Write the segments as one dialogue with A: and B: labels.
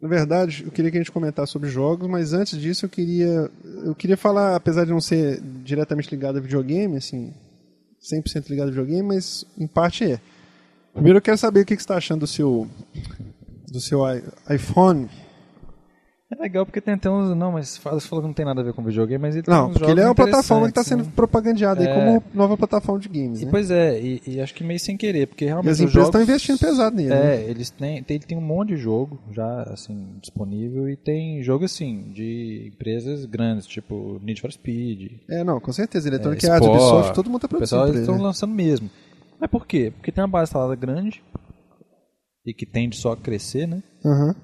A: Na verdade, eu queria que a gente comentasse sobre jogos, mas antes disso eu queria eu queria falar, apesar de não ser diretamente ligado a videogame, assim, 100% ligado a videogame, mas em parte é. Primeiro eu quero saber o que que você está achando do seu do seu i- iPhone.
B: É legal porque tem até uns. Não, mas fala- você falou que não tem nada a ver com videogame, mas ele tem
A: Não,
B: uns
A: porque ele é uma
B: jogos
A: plataforma que está
B: interessantes,
A: sendo
B: né?
A: propagandeada aí
B: É.
A: como nova plataforma de games,
B: E,
A: né?
B: pois é, e, e acho que meio sem querer, porque
A: E
B: realmente.
A: as
B: os
A: empresas estão
B: jogos-
A: investindo pesado nele. né?
B: É, eles têm, tem, ele tem um monte de jogo já assim disponível e tem jogo assim de empresas grandes, tipo Need for Speed.
A: É, não, com certeza. Eletrônica é,
B: É,
A: Arts,
B: Spore.
A: Ubisoft, todo mundo tá
B: O
A: produzindo.
B: pessoal eles
A: pra ele,
B: estão
A: né?
B: lançando mesmo. Mas por quê? Porque tem uma base instalada grande e que tende só a crescer, né?
A: Aham.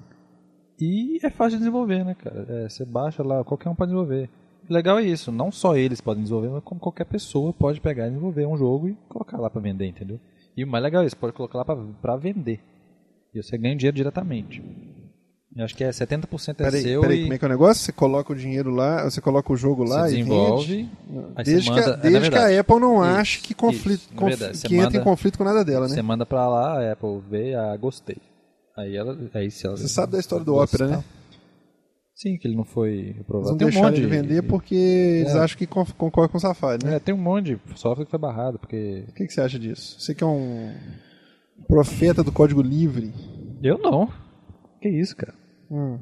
B: E é fácil de desenvolver, né, cara? É, você baixa lá, qualquer um pode desenvolver. O legal é isso, não só eles podem desenvolver, mas como qualquer pessoa pode pegar e desenvolver um jogo e colocar lá pra vender, entendeu? E o mais legal é isso, pode colocar lá pra, pra vender. E você ganha dinheiro diretamente. Eu acho que é 70% é
A: Peraí,
B: seu
A: peraí,
B: e
A: como é que é o negócio? Você coloca o dinheiro lá, você coloca o jogo lá
B: você
A: e
B: desenvolve.
A: vende.
B: aí
A: Desde,
B: você manda,
A: que, a,
B: é, na
A: desde que
B: verdade,
A: a Apple não
B: Isso,
A: ache que, conflito,
B: isso, na
A: conf-
B: verdade, você
A: que entra em
B: manda-
A: conflito com nada dela,
B: Você
A: né?
B: manda pra lá, a Apple vê, a gostei. Aí ela. Aí se ela
A: Você sabe da história do
B: gostar-
A: Opera, né?
B: Sim, que ele não foi
A: Eles
B: aprovado.
A: não
B: Tem um
A: deixaram
B: monte
A: ele vender porque eles
B: É.
A: acham que conf- concorre com o Safari, né?
B: É, tem um monte de software que foi barrado, porque.
A: O que, que você acha disso? Você que é um profeta do código livre.
B: Eu não. Que isso, cara?
A: Hum.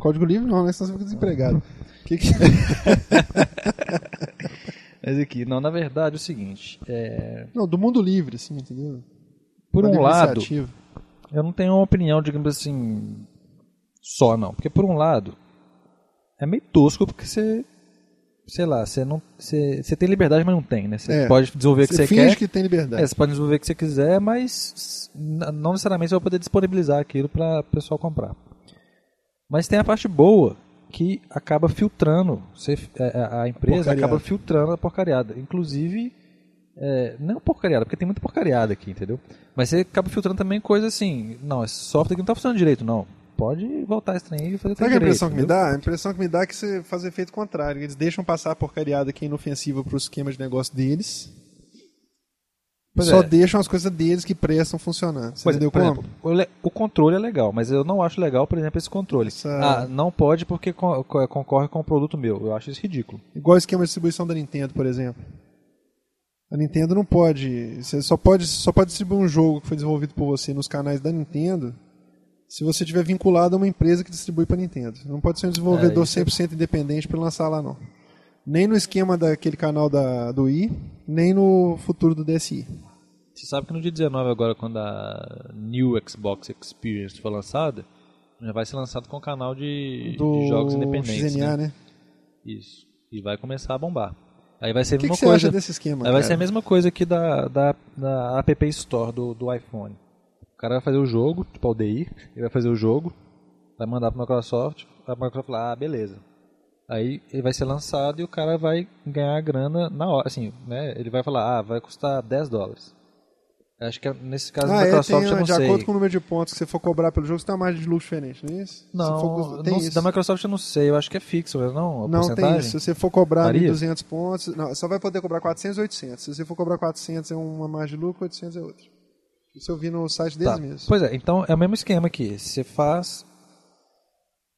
A: Código livre não, né? Senão você fica desempregado. Que que-
B: Mas aqui, não, na verdade é o seguinte. é,
A: Não, do mundo livre, assim, entendeu?
B: por
A: Da
B: um
A: livre
B: lado,
A: iniciativa.
B: eu não tenho uma opinião, digamos assim, só não. Porque por um lado, é meio tosco porque você. Sei lá, você não. Você, você tem liberdade, mas não tem, né? Você
A: É.
B: pode desenvolver o que
A: Você
B: você
A: finge
B: quer.
A: que tem liberdade.
B: É, você pode desenvolver o que você quiser, mas n- não necessariamente você vai poder disponibilizar aquilo para o pessoal comprar. Mas tem a parte boa que acaba filtrando, você, é, a, a empresa
A: Porcariada.
B: acaba filtrando a porcariada. Inclusive, é, não porcariada, porque tem muita porcariada aqui, entendeu? Mas você acaba filtrando também coisa assim, não, esse software aqui não está funcionando direito, não. Pode voltar esse trem aí e fazer
A: Sabe
B: trem
A: que a
B: direito,
A: impressão que me
B: entendeu?
A: dá? A impressão que me dá é que você faz o efeito contrário. Eles deixam passar a porcariada que é inofensiva pro esquema de negócio deles.
B: Pois
A: só
B: é.
A: deixam as coisas deles que prestam funcionar. Você
B: Pois é,
A: entendeu
B: por
A: como?
B: exemplo, o le- o controle é legal, mas eu não acho legal, por exemplo, esse controle.
A: Essa-
B: Ah, não pode porque co- co- concorre com o produto meu. Eu acho isso ridículo.
A: Igual o esquema de distribuição da Nintendo, por exemplo. A Nintendo não pode. Você só pode, só pode distribuir um jogo que foi desenvolvido por você nos canais da Nintendo se você tiver vinculado a uma empresa que distribui para Nintendo. Não pode ser um desenvolvedor
B: É, isso é-
A: 100% independente para lançar lá, não. Nem no esquema daquele canal da, do i, nem no futuro do DSi.
B: Você sabe que no dia 19 agora, quando a New Xbox Experience for lançada, já vai ser lançado com o canal de,
A: Do
B: de jogos independentes.
A: XNA,
B: né?
A: né?
B: Isso. E vai começar a bombar. Aí vai ser
A: O que,
B: a
A: que
B: mesma
A: você
B: coisa.
A: acha desse esquema?
B: Aí vai
A: cara?
B: ser a mesma coisa aqui da, da, da App Store do, do iPhone. O cara vai fazer o jogo, tipo a UDI, ele vai fazer o jogo, vai mandar pra Microsoft, a Microsoft fala, ah, beleza. Aí ele vai ser lançado e o cara vai ganhar a grana na hora, assim, né? Ele vai falar, ah, vai custar 10 dólares. Acho que nesse caso
A: Ah,
B: da
A: é,
B: Microsoft
A: tem,
B: eu não
A: de
B: sei.
A: acordo com o número de pontos que você for cobrar pelo jogo, você tem uma margem de lucro diferente, não é isso? Se
B: Não,
A: for-
B: não- da Microsoft eu não sei, eu acho que é fixo, mas não, a
A: Não
B: porcentagem.
A: tem isso. Se você for cobrar
B: Varia?
A: 1.200 pontos, não, só vai poder cobrar 400 ou 800. Se você for cobrar 400 é uma margem de lucro, 800 é outra. Isso eu vi no site deles
B: Tá.
A: mesmo.
B: Pois é, então é o mesmo esquema aqui. Você faz,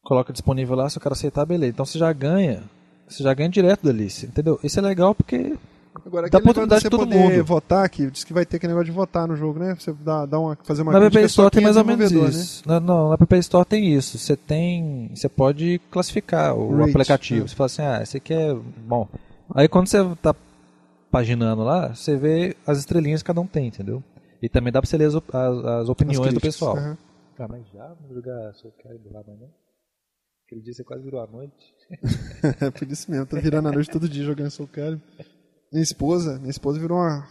B: coloca disponível lá, se o cara aceitar, beleza. Então você já ganha, você já ganha direto da lista, entendeu? Isso é legal porque
A: Agora, aquele
B: dá
A: negócio
B: oportunidade
A: de você
B: pra todo
A: poder
B: mundo.
A: votar, que diz que vai ter aquele negócio de votar no jogo, né? Você dá, dá uma, fazer uma
B: na
A: crítica,
B: PP
A: só
B: Store tem
A: quem é
B: mais ou menos
A: desenvolvedor, né?
B: isso. Na- não, na PP Store tem isso. Você tem, você pode classificar o
A: Rate,
B: aplicativo.
A: né?
B: Você fala assim, ah, esse aqui é bom. Aí quando você tá paginando lá, você vê as estrelinhas que cada um tem, entendeu? E também dá pra você ler as, op- as- as
A: As
B: opiniões do
A: críticas. é.
B: pessoal.
A: Aham.
B: Ah, mas já vamos jogar Soul Calibur lá amanhã? Aquele dia você quase virou a noite.
A: É por isso mesmo, tá virando a noite todo dia jogando Soul Calibur. Minha esposa, minha esposa virou uma.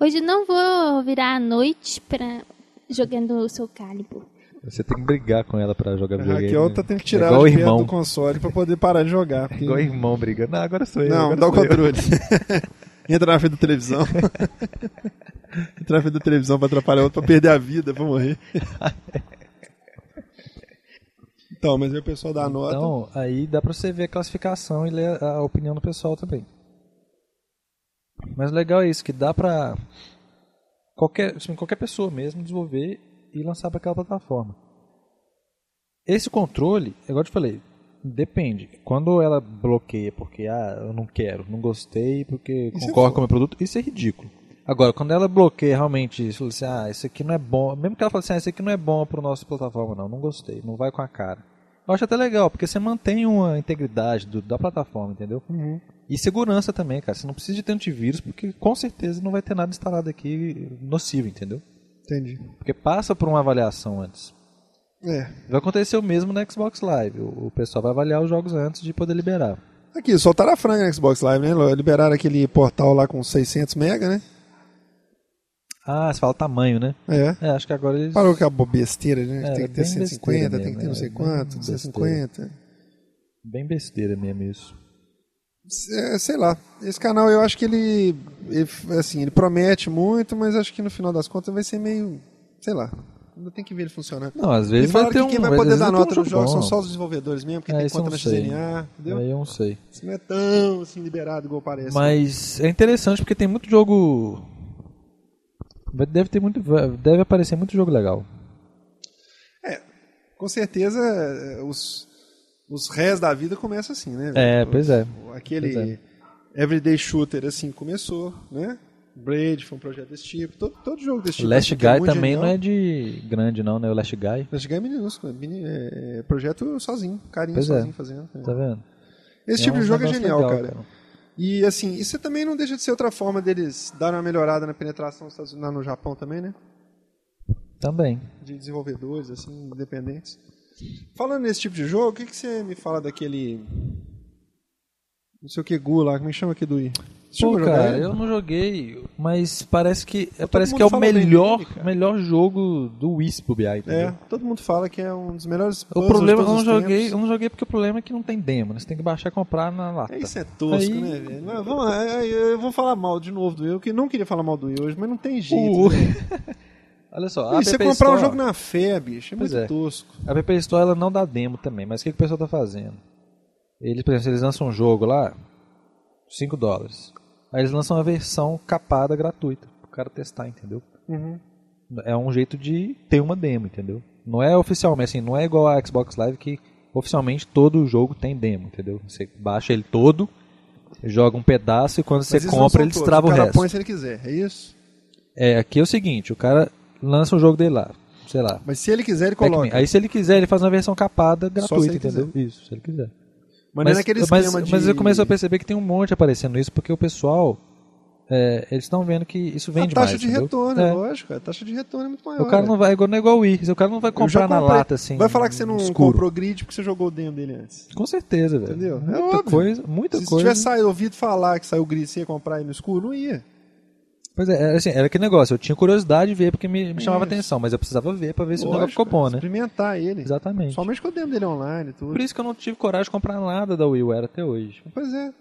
C: Hoje eu não vou virar a noite pra... jogando o seu Calibur.
B: Você tem que brigar com ela pra jogar
A: A
B: videogame.
A: Raquel
B: né?
A: tá tendo que
B: É
A: tirar
B: igual
A: ela de perto
B: irmão. É
A: do console pra poder parar de jogar. porque-
B: Igual irmão brigando. Não, agora sou eu.
A: Não,
B: agora
A: dá o
B: sou eu.
A: controle. Entra na frente da televisão. Entra na frente da televisão pra atrapalhar o outro, pra perder a vida, pra morrer. Então, mas aí o pessoal dá a nota.
B: Então, aí dá pra você ver a classificação e ler a opinião do pessoal também. Mas o legal é isso, que dá pra qualquer, assim, qualquer pessoa mesmo desenvolver e lançar para aquela plataforma. Esse controle, é igual eu te falei, depende. Quando ela bloqueia porque ah, eu não quero, não gostei, porque
A: Isso é
B: concorre
A: foda.
B: com o meu produto, isso é ridículo. Agora, quando ela bloqueia realmente isso, fala assim, ah, isso aqui não é bom, mesmo que ela fale assim, ah, isso aqui não é bom para nossa plataforma, não, não gostei, não vai com a cara. Eu acho até legal, porque você mantém uma integridade do- da plataforma, entendeu?
A: Uhum.
B: E segurança também, cara. Você não precisa de ter antivírus, porque com certeza não vai ter nada instalado aqui nocivo, entendeu?
A: Entendi.
B: Porque passa por uma avaliação antes.
A: É.
B: Vai acontecer o mesmo na Xbox Live. O o pessoal vai avaliar os jogos antes de poder liberar.
A: Aqui, soltaram a franga na Xbox Live, né? Lô? Liberaram aquele portal lá com 600 mega, né?
B: Ah, você fala tamanho, né?
A: É.
B: É, acho que agora eles.
A: Parou com a bo- besteira, né?
B: É,
A: tem que ter
B: bem
A: 150, tem
B: besteira
A: que ter não
B: mesmo,
A: sei
B: é, bem
A: quanto,
B: besteira.
A: 250.
B: Bem besteira mesmo isso.
A: É, sei lá. Esse canal eu acho que ele, ele, assim, ele promete muito, mas acho que no final das contas vai ser meio, sei lá. Ainda tem que ver ele funcionar.
B: Não,
A: Eles
B: às vezes vai
A: falaram
B: ter
A: que
B: um.
A: quem vai
B: às
A: poder
B: vezes
A: dar
B: vai ter um
A: nota no jogo
B: bom.
A: são só os desenvolvedores mesmo, porque
B: É,
A: tem
B: isso eu
A: conta na
B: não sei.
A: XNA, entendeu?
B: Aí eu não sei.
A: Isso não é tão assim liberado igual parece.
B: Mas é interessante porque tem muito jogo. vai- Deve ter muito. vai- Deve aparecer muito jogo legal.
A: Com certeza eh, os, os réis da vida começam assim, né?
B: É,
A: velho?
B: pois é.
A: Aquele
B: Pois
A: Everyday Shooter assim começou, né? Braid foi um projeto desse tipo, todo, todo jogo desse
B: O
A: tipo.
B: Last
A: assim, que é
B: Guy
A: muito
B: também
A: genial.
B: não é de grande não, né? O Last Guy,
A: Last Guy é minúsculo, é, mini- é- é projeto sozinho, carinho
B: Pois é.
A: sozinho fazendo. é.
B: tá vendo?
A: Esse tipo
B: um
A: de jogo é
B: negócio
A: genial,
B: legal,
A: cara. E assim, isso também não deixa de ser outra forma deles dar uma melhorada na penetração nos Estados Unidos- no Japão também, né?
B: Também.
A: De desenvolvedores, assim, independentes. Falando nesse tipo de jogo, o que, que você me fala daquele. Não sei o que, Gu lá, como me chama aqui do I? Você
B: Pô,
A: chegou a jogar
B: cara,
A: ele?
B: eu não joguei, mas parece que parece
A: é mundo
B: que é o
A: fala bem dele,
B: melhor,
A: cara.
B: melhor jogo do Wii pro BI, entendeu?
A: É, todo mundo fala que é um dos melhores.
B: O
A: puzzles
B: problema é
A: de
B: eu
A: todos
B: não
A: os
B: joguei,
A: tempos.
B: eu não joguei porque o problema é que não tem demo, né? Você tem que baixar e comprar na lata.
A: É, Isso é tosco,
B: Aí-
A: né, velho? Mas vamos lá, eu- eu vou falar mal de novo do eu, que não queria falar mal do eu hoje, mas não tem jeito.
B: O- Olha só, a
A: E é- você
B: App
A: comprar
B: Store,
A: um jogo na fé, bicho, é
B: Pois
A: muito
B: é.
A: tosco.
B: A App Store ela não dá demo também, mas o que, que o pessoal tá fazendo? Eles, por exemplo, eles lançam um jogo lá, 5 dólares. Aí eles lançam uma versão capada gratuita, pro cara testar, entendeu?
A: Uhum.
B: É um jeito de ter uma demo, entendeu? Não é oficialmente, assim, não é igual a Xbox Live que oficialmente todo jogo tem demo, entendeu? Você baixa ele todo, joga um pedaço e quando
A: Mas
B: você
A: isso é não são
B: compra ele
A: todos,
B: destrava o
A: cara
B: resto.
A: põe se ele quiser, é isso?
B: É, aqui é o seguinte, o cara lança o jogo dele lá, sei lá,
A: Mas se ele quiser, ele
B: Pac-Man.
A: coloca.
B: É Aí se ele quiser, ele faz uma versão capada
A: se
B: gratuita,
A: ele
B: entendeu? Isso, se ele quiser.
A: Mas, não é naquele
B: mas-
A: esquema de...
B: mas eu comecei a perceber que tem um monte aparecendo isso, porque o pessoal, é, eles estão vendo que isso
A: A
B: vende
A: taxa
B: mais,
A: de
B: entendeu?
A: retorno,
B: É.
A: lógico. A taxa de retorno é muito maior.
B: O cara não vai, não é igual o Wii, o cara não vai
A: Eu já
B: comprar na
A: comprei.
B: lata assim.
A: Vai falar que você não
B: escuro.
A: comprou grid porque você jogou o demo dele antes.
B: Com certeza, velho.
A: Entendeu? É
B: Muita
A: óbvio.
B: coisa, muita
A: Se
B: coisa.
A: tivesse saído, ouvido falar que saiu o grid, você ia comprar ele no escuro, não ia.
B: Pois é, era assim, era aquele negócio, eu tinha curiosidade de ver porque me, me chamava
A: Isso.
B: atenção, mas eu precisava ver pra ver se o negócio
A: Lógico,
B: ficou bom, né?
A: Experimentar ele.
B: Exatamente.
A: Somente com o demo dele online e tudo.
B: Por isso que eu não tive coragem de comprar nada da Wii U era até hoje.
A: Pois é.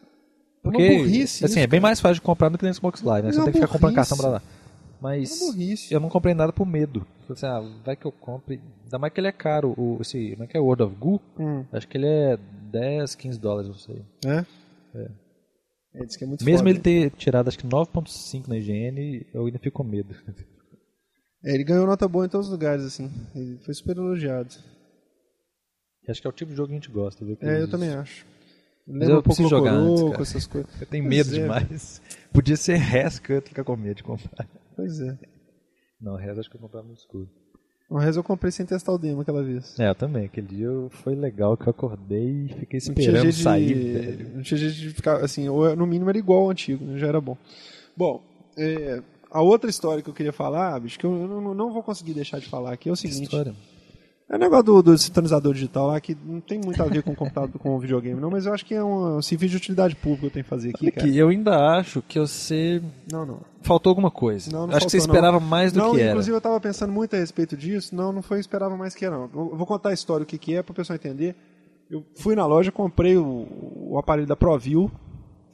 B: Porque,
A: é uma burrice
B: assim,
A: isso,
B: é bem
A: cara.
B: mais fácil de comprar do que no Xbox Live, né?
A: Mas
B: Você
A: é
B: tem
A: uma
B: que ficar comprando
A: burrice.
B: cartão pra lá.
A: É
B: Mas
A: uma burrice.
B: eu não comprei nada por medo. Falei assim, ah, vai que eu compre. Ainda mais que ele é caro, o, esse, como é que é, World of Goo?
A: Hum.
B: Acho que ele é 10, 15 dólares, não sei.
A: É? É. diz que é muito
B: Mesmo
A: foda.
B: ele ter tirado acho que 9.5 na higiene, eu ainda fico com medo.
A: É, ele ganhou nota boa em todos os lugares, assim. Ele foi super elogiado.
B: acho que é o tipo de jogo que a gente gosta. Viu?
A: É, eu também acho. um
B: Mas eu preciso jogar antes, cara.
A: essas coisas.
B: Eu tenho
A: Pois
B: medo
A: é,
B: demais. Podia ser Res que eu ia ficar com medo de comprar.
A: Pois é.
B: Não, Res acho que eu comprava muito escuro.
A: Mas eu comprei sem testar o demo aquela vez.
B: É, eu também. Aquele dia eu- foi legal que eu acordei e fiquei
A: Não tinha
B: esperando
A: jeito
B: sair,
A: de,
B: velho.
A: Não tinha jeito de ficar assim, ou no mínimo era igual ao antigo, né, já era bom. Bom, é, a outra história que eu queria falar, bicho, que eu não, não vou conseguir deixar de falar aqui, é o
B: Que
A: seguinte.
B: história.
A: É o negócio do, do sintonizador digital lá, que não tem muito a ver com o computador, com o videogame, não, mas eu acho que é um, um serviço de utilidade pública que eu tenho que fazer aqui,
B: Olha
A: cara.
B: aqui, eu ainda acho que você
A: Não, não.
B: faltou alguma coisa.
A: Não, não
B: acho que você
A: faltou, não.
B: esperava mais do
A: não,
B: que era.
A: inclusive eu tava pensando muito a respeito disso. Não, não foi esperava mais que era, não. Eu vou contar a história, o que que é, pra pessoal entender. Eu fui na loja, comprei o, o aparelho da ProView,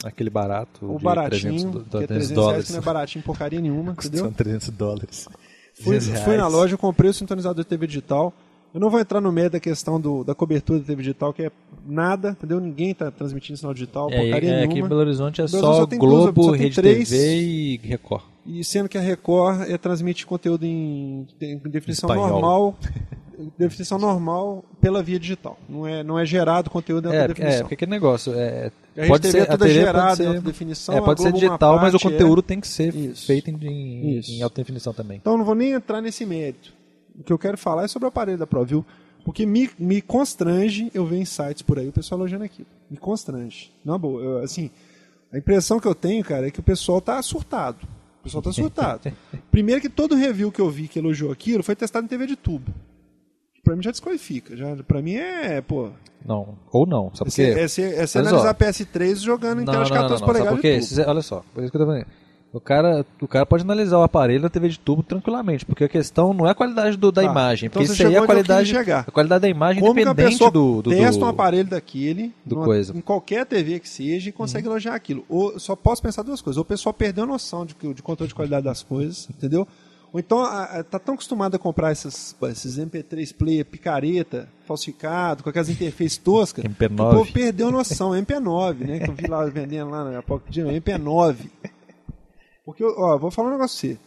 B: Aquele barato.
A: o
B: Um de
A: baratinho,
B: 300, do-
A: que é
B: 300
A: 300 reais,
B: dólares.
A: que não é baratinho porcaria nenhuma, entendeu?
B: Custou 300 dólares.
A: Fui,
B: 300
A: fui na
B: reais.
A: loja, comprei o sintonizador de TV digital. Eu não vou entrar no meio da questão do, da cobertura da TV digital, que é nada, entendeu? Ninguém tá transmitindo sinal digital,
B: É,
A: porcaria
B: é, aqui em
A: nenhuma.
B: Belo Horizonte é
A: Belo
B: só
A: Horizonte só tem duas,
B: Globo,
A: só tem
B: Rede
A: três.
B: TV e Record.
A: E sendo que a Record é, transmite conteúdo em, em definição
B: Espanhol.
A: normal, em definição normal pela via digital. Não é, não é gerado conteúdo em alta
B: É, porque- é,
A: definição.
B: porque aquele negócio é,
A: a Rede
B: pode
A: TV
B: ser
A: é toda
B: a TV
A: gerada
B: pode ser,
A: em alta definição.
B: é,
A: a
B: pode ser
A: Globo uma
B: digital, mas o
A: parte é.
B: conteúdo tem que ser
A: Isso.
B: feito em, em,
A: Isso.
B: em alta definição também.
A: Então não vou nem entrar nesse mérito. O que eu quero falar é sobre o aparelho da ProView, porque me, me constrange eu ver em sites por aí o pessoal elogiando aquilo. Me constrange. Na boa, eu, assim, a impressão que eu tenho, cara, é que o pessoal tá surtado. O pessoal tá surtado. Primeiro que todo review que eu vi que elogiou aquilo foi testado em TV de tubo. Pra mim já desqualifica. Já, pra mim é, pô.
B: Não, ou não, só
A: É
B: porque
A: você é você- é você
B: Olha só.
A: analisar PS3 jogando em tela de 14
B: Sabe
A: polegadas
B: por
A: de
B: quê?
A: tubo.
B: Se você- olha só, por isso que eu tô falando. O cara, o cara pode analisar o aparelho na TV de tubo tranquilamente, porque a questão não é a qualidade do- da
A: Tá.
B: imagem,
A: Então
B: porque
A: você
B: isso aí é
A: chegou
B: a
A: onde eu
B: qualidade,
A: queria chegar.
B: a qualidade da imagem
A: Como que a
B: independente
A: pessoa
B: do, do,
A: testa
B: do-
A: um aparelho daquele
B: do
A: numa-
B: coisa. Uhum.
A: em qualquer TV que seja e consegue elogiar aquilo. Ou só posso pensar duas coisas. Ou o pessoal perdeu a noção de, que- de controle de qualidade das coisas, entendeu? Ou então a- a- tá tão acostumado a comprar essas, esses MP3 player picareta, falsificado, com aquelas interfaces toscas,
B: MP9.
A: que o povo perdeu a noção. MP9, né? Que eu vi lá vendendo lá na pouco dia, MP9. Porque, ó, vou falar um negócio pra você.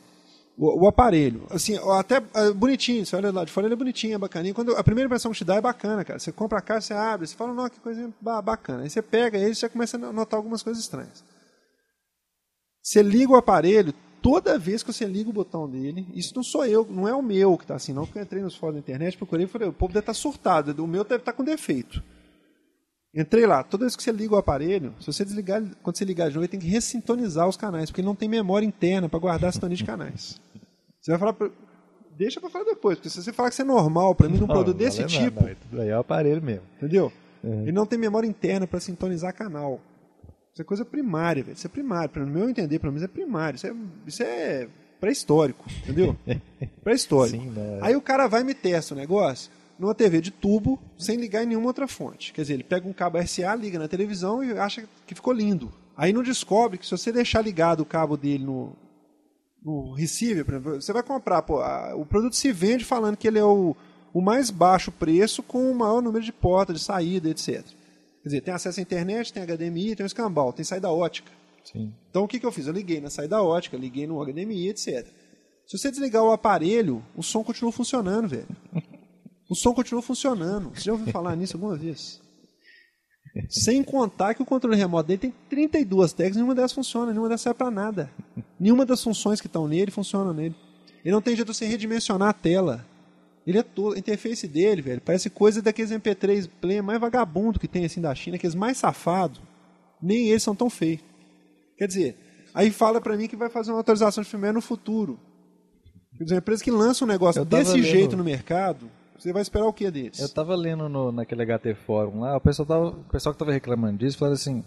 A: O, o aparelho, assim, ó, até é, bonitinho, você olha lá de fora, ele é bonitinho, é bacaninha. Quando, a primeira impressão que te dá é bacana, cara. Você compra a caixa, você abre, você fala, nossa, que coisa ba- bacana. Aí você pega ele e já começa a notar algumas coisas estranhas. Você liga o aparelho, toda vez que você liga o botão dele, isso não sou eu, não é o meu que tá assim, não, porque eu entrei nos fóruns da internet, procurei e falei, o povo deve estar surtado, o meu deve estar com defeito. Entrei lá, toda vez que você liga o aparelho, se você desligar, ele- quando você ligar de novo, ele tem que ressintonizar os canais, porque ele não tem memória interna para guardar a sintonia de canais. Você vai falar, pra- deixa pra falar depois, porque se você falar que isso é normal pra mim num produto desse tipo,
B: aí é o aparelho mesmo.
A: entendeu? Ele não tem memória interna para sintonizar canal. Isso é coisa primária, velho. Isso é primário. Pra- No meu entender, pelo menos é primário. Isso é, isso é pré-histórico, entendeu? pré-histórico.
B: Sim, né?
A: Aí o cara vai e me testa o negócio numa TV de tubo, sem ligar em nenhuma outra fonte. Quer dizer, ele pega um cabo RCA, liga na televisão e acha que ficou lindo. Aí não descobre que se você deixar ligado o cabo dele no, no receiver, por exemplo, você vai comprar, pô, a- o produto se vende falando que ele é o, o mais baixo preço com o maior número de portas, de saída, etc. Quer dizer, tem acesso à internet, tem HDMI, tem um escambau, tem saída ótica.
B: Sim.
A: Então o que, que eu fiz? Eu liguei na saída ótica, liguei no HDMI, etc. Se você desligar o aparelho, o som continua funcionando, velho. O som continua funcionando. Você já ouviu falar nisso alguma vez? Sem contar que o controle remoto dele tem 32 tags, nenhuma delas funciona, nenhuma delas serve pra nada. Nenhuma das funções que estão nele funciona nele. Ele não tem jeito de você redimensionar a tela. Ele é todo. A interface dele, velho, parece coisa daqueles MP3 player mais vagabundo que tem assim da China, aqueles mais safados. Nem eles são tão feios. Quer dizer, aí fala pra mim que vai fazer uma atualização de firmware no futuro. Quer dizer, uma empresa que lança um negócio
B: Eu tava
A: desse
B: lendo-
A: jeito no mercado, você vai esperar o que deles?
B: Eu tava lendo no, naquele HT Fórum lá, o pessoal, tava, o pessoal que tava reclamando disso falando assim: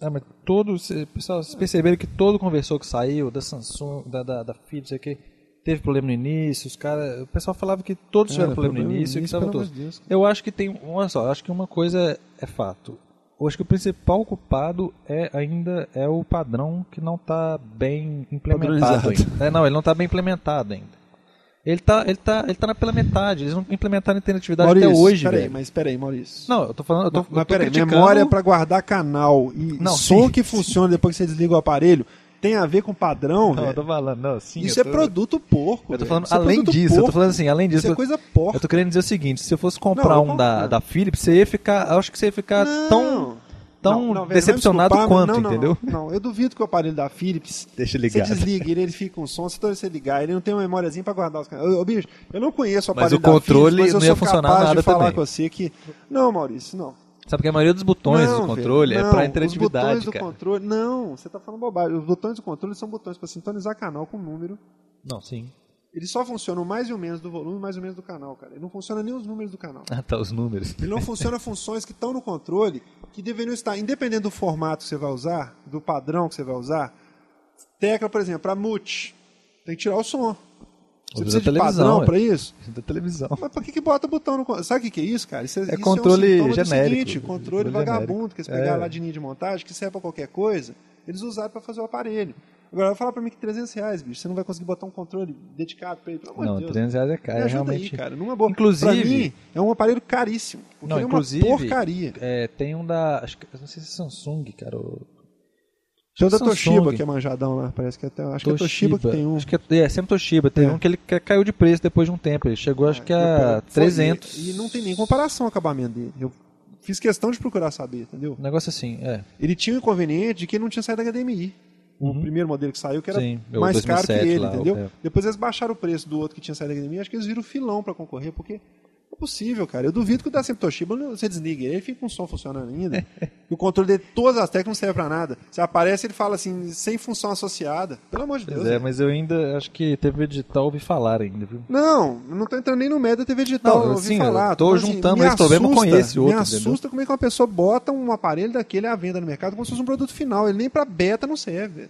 B: ah, mas todo. cê- Pessoal, vocês perceberam que todo conversor que saiu da Samsung, da, da, da FIB, sei o que, teve problema no início, os cara, o pessoal falava que todos
A: Cara,
B: tiveram problema, É,
A: É,
B: no
A: problema no
B: início, e que
A: início,
B: tava
A: pelo
B: todos.
A: amor de Deus,
B: Eu acho que tem. Olha só, eu acho que uma coisa é fato. Eu acho que o principal culpado é ainda é o padrão que não está bem implementado
A: Padronizado.
B: ainda. É, não, ele não está bem implementado ainda. Ele tá, ele tá, ele tá na- pela metade. Eles não implementaram interatividade até hoje,
A: peraí,
B: velho.
A: mas peraí, Maurício.
B: Não, eu tô falando, eu tô,
A: mas mas
B: eu tô
A: peraí,
B: criticando-
A: memória é pra guardar canal e
B: Não,
A: som
B: sim,
A: que funciona depois que você desliga o aparelho tem a ver com padrão,
B: Não, eu
A: velho?
B: tô falando, não, sim.
A: Isso
B: eu
A: é
B: tô-
A: produto porco.
B: Eu tô
A: velho.
B: falando
A: Isso é
B: além
A: produto
B: disso, eu tô
A: porco.
B: falando assim, além disso.
A: Isso é
B: eu tô-
A: coisa porca.
B: Eu tô querendo dizer o seguinte, se eu fosse comprar
A: Não,
B: um
A: eu
B: da,
A: concordo.
B: da Philips, você ia ficar, eu acho que você ia ficar tão
A: Não.
B: tão
A: velho, vai
B: decepcionado
A: me desculpar, mas não,
B: quanto,
A: não,
B: entendeu?
A: Não, não, eu duvido que o aparelho da Philips.
B: Deixa
A: Você
B: ligado.
A: desliga ele, ele fica com som. Se toda vez que você ligar, ele não tem uma memóriazinha pra guardar os canais. Ô, ô, bicho, eu não conheço o
B: Mas
A: aparelho
B: o
A: da
B: controle
A: Philips, mas eu
B: não ia
A: sou
B: funcionar
A: capaz
B: nada
A: de falar
B: também.
A: com você que. Não, Maurício, não.
B: Sabe que a maioria dos botões
A: Não,
B: do controle
A: velho,
B: é pra
A: não, Os
B: interatividade,
A: botões
B: cara.
A: do controle. Não, você tá falando bobagem. Os botões do controle são botões pra sintonizar canal com número.
B: Não, sim.
A: Eles só funcionam mais ou menos do volume, mais ou menos do canal, cara. Ele não funciona nem os números do canal.
B: Ah, tá, os números.
A: Ele não funciona funções que estão no controle, que deveriam estar, independente do formato que você vai usar, do padrão que você vai usar. Tecla, por exemplo, para mute. Tem que tirar o som. Você
B: Ouviu
A: precisa
B: da
A: de
B: televisão,
A: padrão
B: é.
A: para isso?
B: Da televisão.
A: Mas por que, que bota botão no controle? Sabe o que, que é isso, cara? Isso
B: É
A: isso
B: controle
A: sintoma do
B: genérico.
A: Seguinte, controle
B: Controle genérico.
A: vagabundo, que eles pegaram
B: É.
A: lá de linha de montagem, que serve para qualquer coisa, eles usaram para fazer o aparelho. Agora, vai falar pra mim que 300 reais, bicho, você não vai conseguir botar um controle dedicado pra ele. Pelo amor de
B: Não,
A: Deus.
B: 300 reais é caro,
A: Me
B: é
A: ajuda
B: realmente.
A: aí, cara. Numa boa.
B: Inclusive-
A: Pra mim, é um aparelho caríssimo. Porque
B: Não,
A: é uma
B: inclusive-
A: porcaria.
B: É, tem um da. Acho que, não sei se é Samsung, cara. Ou...
A: Tem o da
B: Samsung.
A: Toshiba, que é manjadão lá, parece que é até. Acho que é Toshiba que tem um.
B: Acho que é, é sempre Toshiba. Tem
A: É.
B: um que ele ca- caiu de preço depois de um tempo. Ele chegou, acho que a
A: Foi-
B: 300.
A: E, e não tem nem comparação o acabamento dele. Eu fiz questão de procurar saber, entendeu?
B: Um negócio assim, é.
A: Ele tinha o inconveniente de que ele não tinha saído da HDMI. O
B: Uhum.
A: primeiro modelo que saiu, que era
B: Sim, o
A: mais caro que
B: 2007
A: ele,
B: lá,
A: entendeu?
B: é.
A: Depois eles baixaram o preço do outro que tinha saído da HDMI. Acho que eles viram filão pra concorrer, porque é possível, cara. Eu duvido que o da Sempre Toshiba não- você desligue ele, ele fica com o som funcionando ainda. e o controle dele, todas as teclas, não serve pra nada. Você aparece, ele fala assim, sem função associada. Pelo amor de
B: Pois
A: Deus.
B: é,
A: né?
B: mas eu ainda acho que TV digital ouvi falar ainda, viu?
A: Não, eu não tô entrando nem no meio da TV digital,
B: Não,
A: eu ouvi
B: sim, eu
A: falar.
B: tô
A: Então, assim,
B: juntando
A: me
B: esse problema com
A: assusta,
B: esse outro,
A: Me
B: entendeu?
A: assusta como é que uma pessoa bota um aparelho daquele à venda no mercado como se fosse um produto final. Ele nem pra beta não serve.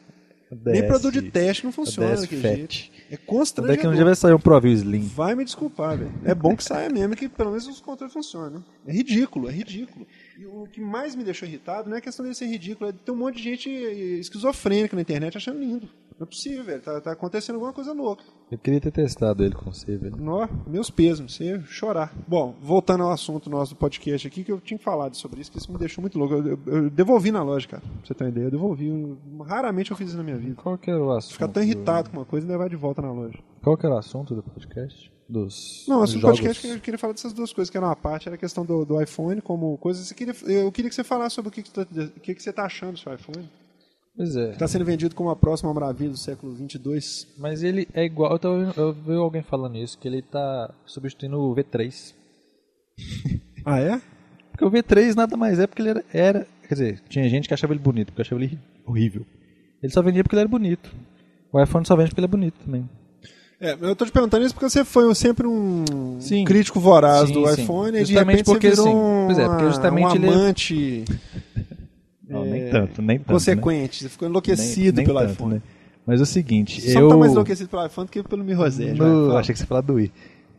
A: nem produto de teste não funciona
B: DS
A: daquele
B: Fat.
A: jeito. É
B: Daqui a um
A: constrangedor.
B: dia vai sair um ProView Slim.
A: Vai me desculpar, velho. É bom que saia mesmo, que pelo menos os controles funcionem. né? É ridículo, é ridículo. E o que mais me deixou irritado não é a questão dele ser ridículo, é de ter um monte de gente esquizofrênica na internet achando lindo. Não é possível, velho. Tá, tá acontecendo alguma coisa louca.
B: Eu queria ter testado ele com você, velho.
A: Nó, meus pesos, você ia chorar. Bom, voltando ao assunto nosso do podcast aqui, que eu tinha falado sobre isso, que isso me deixou muito louco. Eu, eu- eu devolvi na loja, cara, pra você ter uma ideia. Eu devolvi. Eu- raramente eu fiz isso na minha vida.
B: Qual que era o assunto?
A: Ficar tão irritado com uma coisa e levar de volta na loja.
B: do- Qual que era o assunto do podcast? Dos
A: Não,
B: dos
A: assim, no
B: jogos?
A: podcast que eu queria falar dessas duas coisas, que era uma parte, era a questão do, do iPhone como coisa. Você queria, eu queria que você falasse sobre o que, que, tá- o que, que você tá achando do seu iPhone.
B: Pois é.
A: Tá sendo vendido como a próxima maravilha do século 22.
B: Mas ele é igual. Eu, tava ouvindo- eu vi alguém falando isso, que ele tá substituindo o V3.
A: Ah, é?
B: Porque o V3 nada mais é porque ele era, era- Quer dizer, tinha gente que achava ele bonito, porque eu achava ele horrível. Ele só vendia porque ele era bonito. O iPhone só vende porque ele é bonito também.
A: É, eu tô te perguntando isso porque você foi um- sempre um
B: Sim.
A: crítico voraz
B: Sim,
A: do
B: sim.
A: iPhone e de
B: Justamente
A: repente
B: porque,
A: você virou
B: sim.
A: um,
B: Pois é, porque justamente
A: um
B: ele é-
A: amante
B: Não, nem tanto, nem tanto.
A: consequente. É, Você ficou
B: né?
A: enlouquecido
B: Nem- nem
A: pelo
B: tanto,
A: iPhone.
B: né? Mas é o seguinte,
A: Só
B: eu.
A: tá mais enlouquecido pelo iPhone do que pelo Mi Rosé. já
B: no...
A: fala.
B: Achei que você ia falar do i.